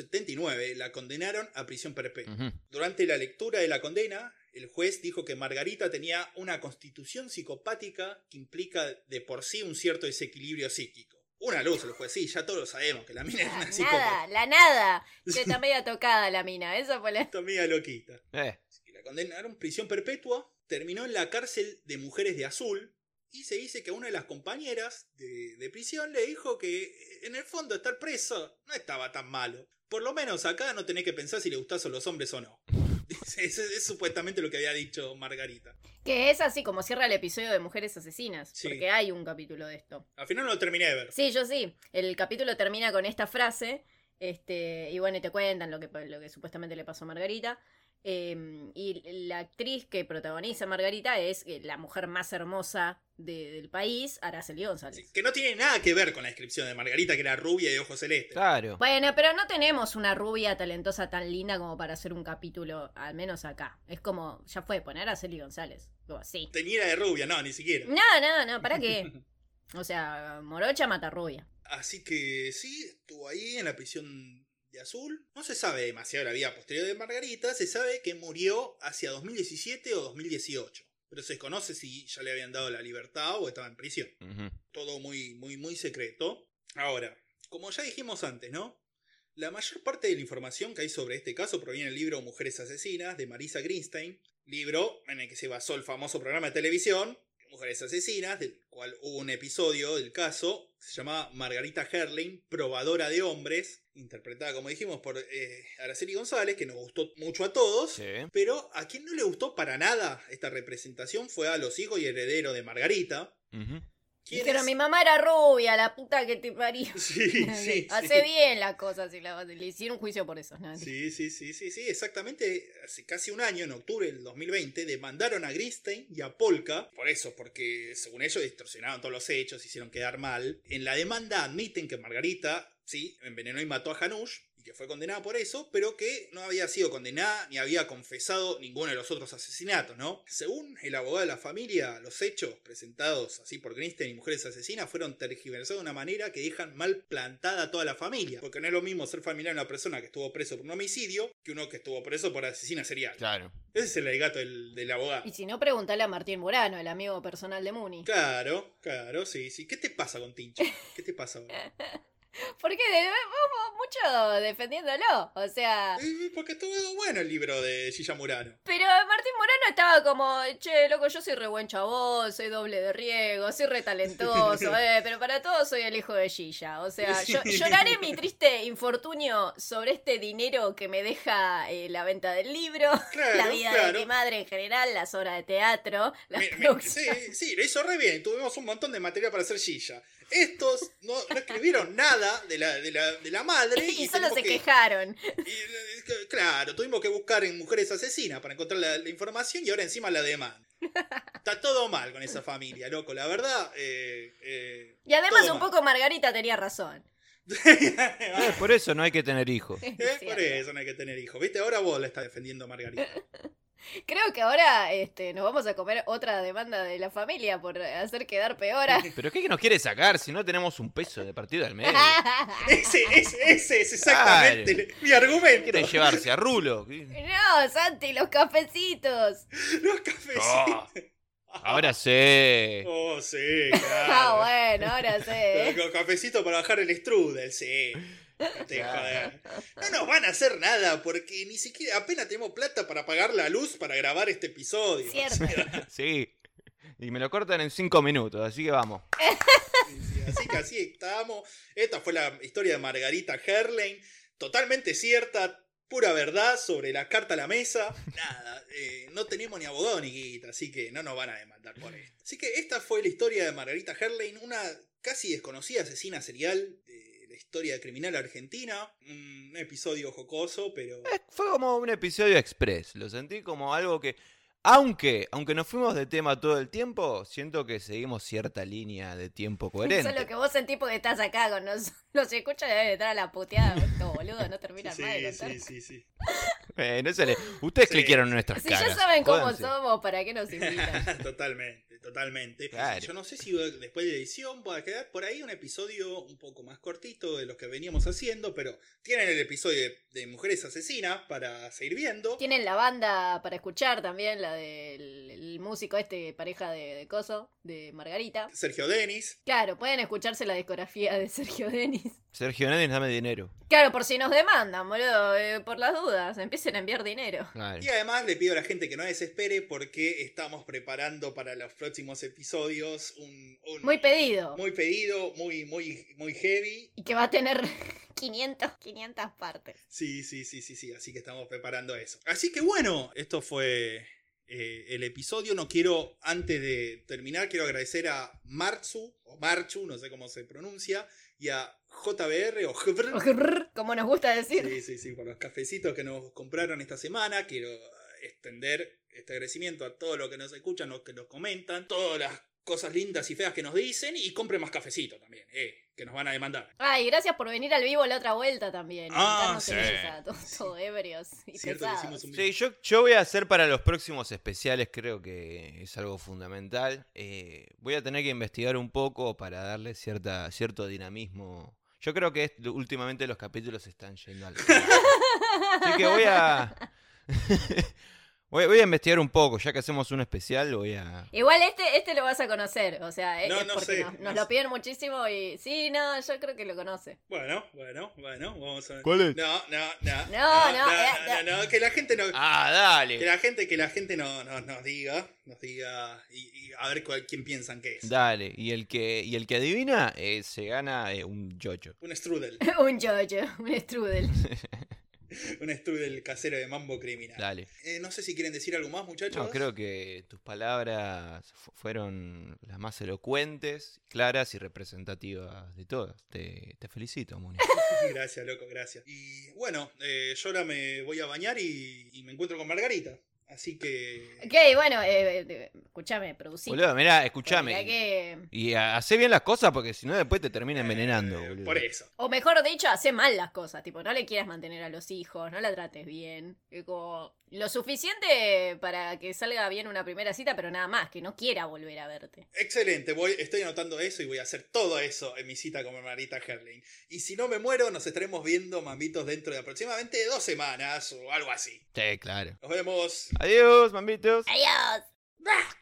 Speaker 2: 1979, la condenaron a prisión perpetua.
Speaker 3: Ujú.
Speaker 2: Durante la lectura de la condena, el juez dijo que Margarita tenía una constitución psicopática que implica de por sí un cierto desequilibrio psíquico. Una luz, el juez, sí, ya todos lo sabemos, que la mina es
Speaker 4: La
Speaker 2: una
Speaker 4: nada,
Speaker 2: psicópata.
Speaker 4: la nada. Que está media tocada la mina. Eso fue la.
Speaker 2: Esta mía loquita.
Speaker 3: Eh,
Speaker 2: Así que la condenaron a prisión perpetua, terminó en la cárcel de mujeres de azul, y se dice que una de las compañeras de, de prisión le dijo que en el fondo estar preso no estaba tan malo. Por lo menos acá no tenés que pensar si le gustás a los hombres o no. Es- es- es supuestamente lo que había dicho Margarita.
Speaker 4: Que es así como cierra el episodio de Mujeres Asesinas.
Speaker 2: Sí.
Speaker 4: Porque hay un capítulo de esto.
Speaker 2: Al final no lo terminé de ver.
Speaker 4: Sí, yo sí. El capítulo termina con esta frase. Este, y bueno, y te cuentan lo que, lo que supuestamente le pasó a Margarita. Eh, y la actriz que protagoniza a Margarita es eh, la mujer más hermosa de- del país, Araceli González.
Speaker 2: Sí, Que no tiene nada que ver con la descripción de Margarita, que era rubia y de ojos celestes.
Speaker 3: claro.
Speaker 4: Bueno, pero no tenemos una rubia talentosa tan linda como para hacer un capítulo, al menos acá. Es como, ya fue, poner a Araceli González. Como, sí.
Speaker 2: Teñida de rubia, no, ni siquiera.
Speaker 4: No, no, no, ¿para qué? O sea, morocha mata rubia.
Speaker 2: Así que sí, estuvo ahí en la prisión de Azul. No se sabe demasiado la vida posterior de Margarita, se sabe que murió hacia 2017 o 2018. Pero se desconoce si ya le habían dado la libertad o estaba en prisión.
Speaker 3: Ujú.
Speaker 2: todo muy, muy, muy secreto. Ahora, como ya dijimos antes, ¿no? La mayor parte de la información que hay sobre este caso proviene del libro Mujeres Asesinas de Marisa Greenstein, libro en el que se basó el famoso programa de televisión Mujeres Asesinas, del cual hubo un episodio del caso, que se llamaba Margarita Herling, probadora de hombres, interpretada, como dijimos, por eh, Araceli González, que nos gustó mucho a todos.
Speaker 3: Sí.
Speaker 2: Pero a quien no le gustó para nada esta representación fue a los hijos y heredero de Margarita,
Speaker 3: Ujú.
Speaker 2: ¿Quién
Speaker 4: Pero
Speaker 2: es?
Speaker 4: mi mamá era rubia, la puta que te parió.
Speaker 2: Sí, sí, sí.
Speaker 4: Hace bien Ah, las cosas y la- le hicieron juicio por eso. ¿no?
Speaker 2: Sí, sí, sí, sí, sí, exactamente. Hace casi un año, en octubre del 2020, demandaron a Gristein y a Polka por eso, porque según ellos distorsionaron todos los hechos, hicieron quedar mal. En la demanda admiten que Margarita, sí, envenenó y mató a Hanush y que fue condenada por eso, pero que no había sido condenada ni había confesado ninguno de los otros asesinatos, ¿no? Según el abogado de la familia, los hechos presentados así por Gristein y mujeres asesinas fueron tergiversados de una manera que dejan mal plantada a toda la familia, porque no es lo mismo ser familiar de una persona que estuvo preso por un homicidio que uno que estuvo preso por asesina serial.
Speaker 3: Claro.
Speaker 2: Ese es el alegato del, del abogado.
Speaker 4: Y si no, preguntale a Martín Murano, el amigo personal de Muni.
Speaker 2: Claro, claro, sí, sí. ¿Qué te pasa con Tincho? ¿Qué te pasa? boludo?
Speaker 4: Porque de- vamos mucho defendiéndolo. O sea.
Speaker 2: Eh, Porque estuvo bueno el libro de Gilla Murano.
Speaker 4: Pero Martín Morano estaba como, che, loco, yo soy re buen chabón, soy doble de riego, soy re talentoso, eh, pero para todos soy el hijo de Gilla. O sea, yo,
Speaker 2: Sí.
Speaker 4: lloraré mi triste infortunio sobre este dinero que me deja eh, la venta del libro,
Speaker 2: Claro,
Speaker 4: la vida
Speaker 2: claro.
Speaker 4: de mi madre en general, las horas de teatro, las
Speaker 2: Me- me-
Speaker 4: producciones.
Speaker 2: sí, sí, lo hizo re bien. Tuvimos un montón de material para hacer Gilla. Estos no, no escribieron nada de la, de la, de la madre.
Speaker 4: Y, solo
Speaker 2: tuvimos
Speaker 4: se
Speaker 2: que-
Speaker 4: quejaron.
Speaker 2: y, eh, que- claro, tuvimos que buscar en Mujeres Asesinas para encontrar la, la información y ahora encima la demanda. Está todo mal con esa familia, loco. La verdad, eh, eh,
Speaker 4: Y además
Speaker 2: Todo
Speaker 4: un
Speaker 2: mal.
Speaker 4: poco Margarita tenía razón.
Speaker 2: eh,
Speaker 3: Por eso no hay que tener hijos.
Speaker 2: por
Speaker 4: Cierto.
Speaker 2: eso no hay que tener hijos. ¿Viste? Ahora vos la estás defendiendo, Margarita.
Speaker 4: Creo que ahora este, nos vamos a comer otra demanda de la familia por hacer quedar peor a...
Speaker 3: Pero ¿qué que nos quiere sacar si no tenemos un peso de partida al medio?
Speaker 2: Ese, ese, ese es exactamente mi argumento.
Speaker 3: Quiere llevarse a Rulo.
Speaker 4: No, Santi, los cafecitos.
Speaker 2: Los cafecitos.
Speaker 3: Ah, ahora sí.
Speaker 2: Oh, sí,
Speaker 4: Ah,
Speaker 2: claro.
Speaker 4: bueno, ahora sé.
Speaker 2: Con cafecito para bajar el strudel, sí. No te
Speaker 3: Claro.
Speaker 2: jodas. No nos van a hacer nada porque ni siquiera apenas tenemos plata para pagar la luz para grabar este episodio.
Speaker 4: Cierto.
Speaker 3: Sí. Y me lo cortan en cinco minutos, así que vamos.
Speaker 2: Sí, sí, Así que así estamos. Esta fue la historia de Margarita Herlein. Totalmente cierta, pura verdad sobre la carta a la mesa. Nada, eh, no tenemos ni abogado ni guita, así que no nos van a demandar por esto. Así que esta fue la historia de Margarita Herlein, una casi desconocida asesina serial de la historia criminal argentina. Un episodio jocoso, pero.
Speaker 3: Fue como un episodio express. Lo sentí como algo que. Aunque, aunque nos fuimos de tema todo el tiempo, siento que seguimos cierta línea de tiempo
Speaker 4: Solo
Speaker 3: coherente.
Speaker 4: que vos sentís porque estás acá con nosotros. Los escuchas deben estar a la puteada. Esto, boludo, no termina
Speaker 2: Sí,
Speaker 4: más de contar.
Speaker 2: sí, sí, sí.
Speaker 3: Bueno, se le- Ustedes
Speaker 2: Sí.
Speaker 3: cliquearon en nuestras
Speaker 4: Si
Speaker 3: caras.
Speaker 4: ya saben cómo
Speaker 3: Jódanse.
Speaker 4: somos, ¿para qué nos invitan?
Speaker 2: totalmente, totalmente.
Speaker 3: Claro.
Speaker 2: Yo no sé si después de la edición va a quedar por ahí un episodio un poco más cortito de los que veníamos haciendo, pero tienen el episodio de, de Mujeres Asesinas para seguir viendo.
Speaker 4: Tienen la banda para escuchar también, la del el músico este, pareja de, de Coso, de Margarita.
Speaker 2: Sergio Denis.
Speaker 4: Claro, pueden escucharse la discografía de Sergio Denis.
Speaker 3: Sergio Nadie dame dinero.
Speaker 4: Claro, por si nos demandan, boludo, eh, por las dudas, empiecen a enviar dinero.
Speaker 3: Claro.
Speaker 2: Y además le pido a la gente que no desespere porque estamos preparando para los próximos episodios un, un-
Speaker 4: Muy pedido.
Speaker 2: muy pedido, muy, muy, muy heavy.
Speaker 4: Y que va a tener 500, 500 partes.
Speaker 2: Sí, sí, sí, sí, sí, así que estamos preparando eso. Así que bueno, esto fue eh, el episodio. No quiero, antes de terminar, quiero agradecer a Marzu, o Marchu, no sé cómo se pronuncia, y a JBR o JBR.
Speaker 4: Como nos gusta decir.
Speaker 2: Sí, sí, sí, por los cafecitos que nos compraron esta semana. Quiero eh, extender este agradecimiento a todos los que nos escuchan, los que nos comentan, todas las cosas lindas y feas que nos dicen, y compre más cafecito también, eh, que nos van a demandar.
Speaker 4: Ay, gracias por venir al vivo la otra vuelta también.
Speaker 2: Ah,
Speaker 4: Invitarnos
Speaker 2: sí.
Speaker 4: en esa, to- todo ebrios y
Speaker 2: Cierto que
Speaker 4: pesados.
Speaker 2: hicimos un
Speaker 3: Sí, yo, yo voy a hacer para los próximos especiales, creo que es algo fundamental. Eh, voy a tener que investigar un poco para darle cierta, cierto dinamismo. Yo creo que est- últimamente los capítulos están yendo al... Así que voy a... voy, voy a investigar un poco, ya que hacemos un especial, voy a...
Speaker 4: Igual este, este lo vas a conocer, o sea, es,
Speaker 2: No,
Speaker 4: es
Speaker 2: no
Speaker 4: porque
Speaker 2: sé,
Speaker 4: nos,
Speaker 2: no
Speaker 4: nos
Speaker 2: sé.
Speaker 4: lo piden muchísimo y sí, no, yo creo que lo conoce.
Speaker 2: Bueno, bueno, bueno, vamos a ver.
Speaker 3: ¿Cuál es?
Speaker 2: No, no, no.
Speaker 4: No, no, eh,
Speaker 2: no, no, no, que la gente no.
Speaker 3: Ah,
Speaker 2: Que
Speaker 3: dale.
Speaker 2: la gente, que la gente no, no- nos diga, nos diga y, y a ver cuál- quién piensan que es.
Speaker 3: Dale. Y el que, y el que adivina eh, se gana eh, un yocho.
Speaker 2: Un strudel.
Speaker 4: un Jojo, un Strudel.
Speaker 2: Un strudel casero de mambo criminal.
Speaker 3: Dale.
Speaker 2: Eh, no sé si quieren decir algo más, muchachos.
Speaker 3: No, creo que tus palabras fu- fueron las más elocuentes, claras y representativas de todas. Te, te felicito, Muni.
Speaker 2: Gracias, loco, gracias. Y bueno, eh, yo ahora me voy a bañar y, y me encuentro con Margarita. Así que.
Speaker 4: Ok, bueno, eh, eh, escúchame, producí.
Speaker 3: Boludo, mirá, escúchame.
Speaker 4: que...
Speaker 3: Y ha- hacé bien las cosas porque si no después te termina envenenando,
Speaker 2: Eh,
Speaker 3: boludo.
Speaker 2: Por eso.
Speaker 4: O mejor dicho, hace mal las cosas, tipo, no le quieras mantener a los hijos, no la trates bien. Que como, lo suficiente para que salga bien una primera cita, pero nada más, que no quiera volver a verte.
Speaker 2: Excelente, voy, estoy anotando eso y voy a hacer todo eso en mi cita con Margarita Herling. Y si no me muero, nos estaremos viendo, mamitos, dentro de aproximadamente dos semanas o algo así.
Speaker 3: Sí, claro.
Speaker 2: Nos vemos.
Speaker 3: Adiós, mambitos.
Speaker 4: Adiós.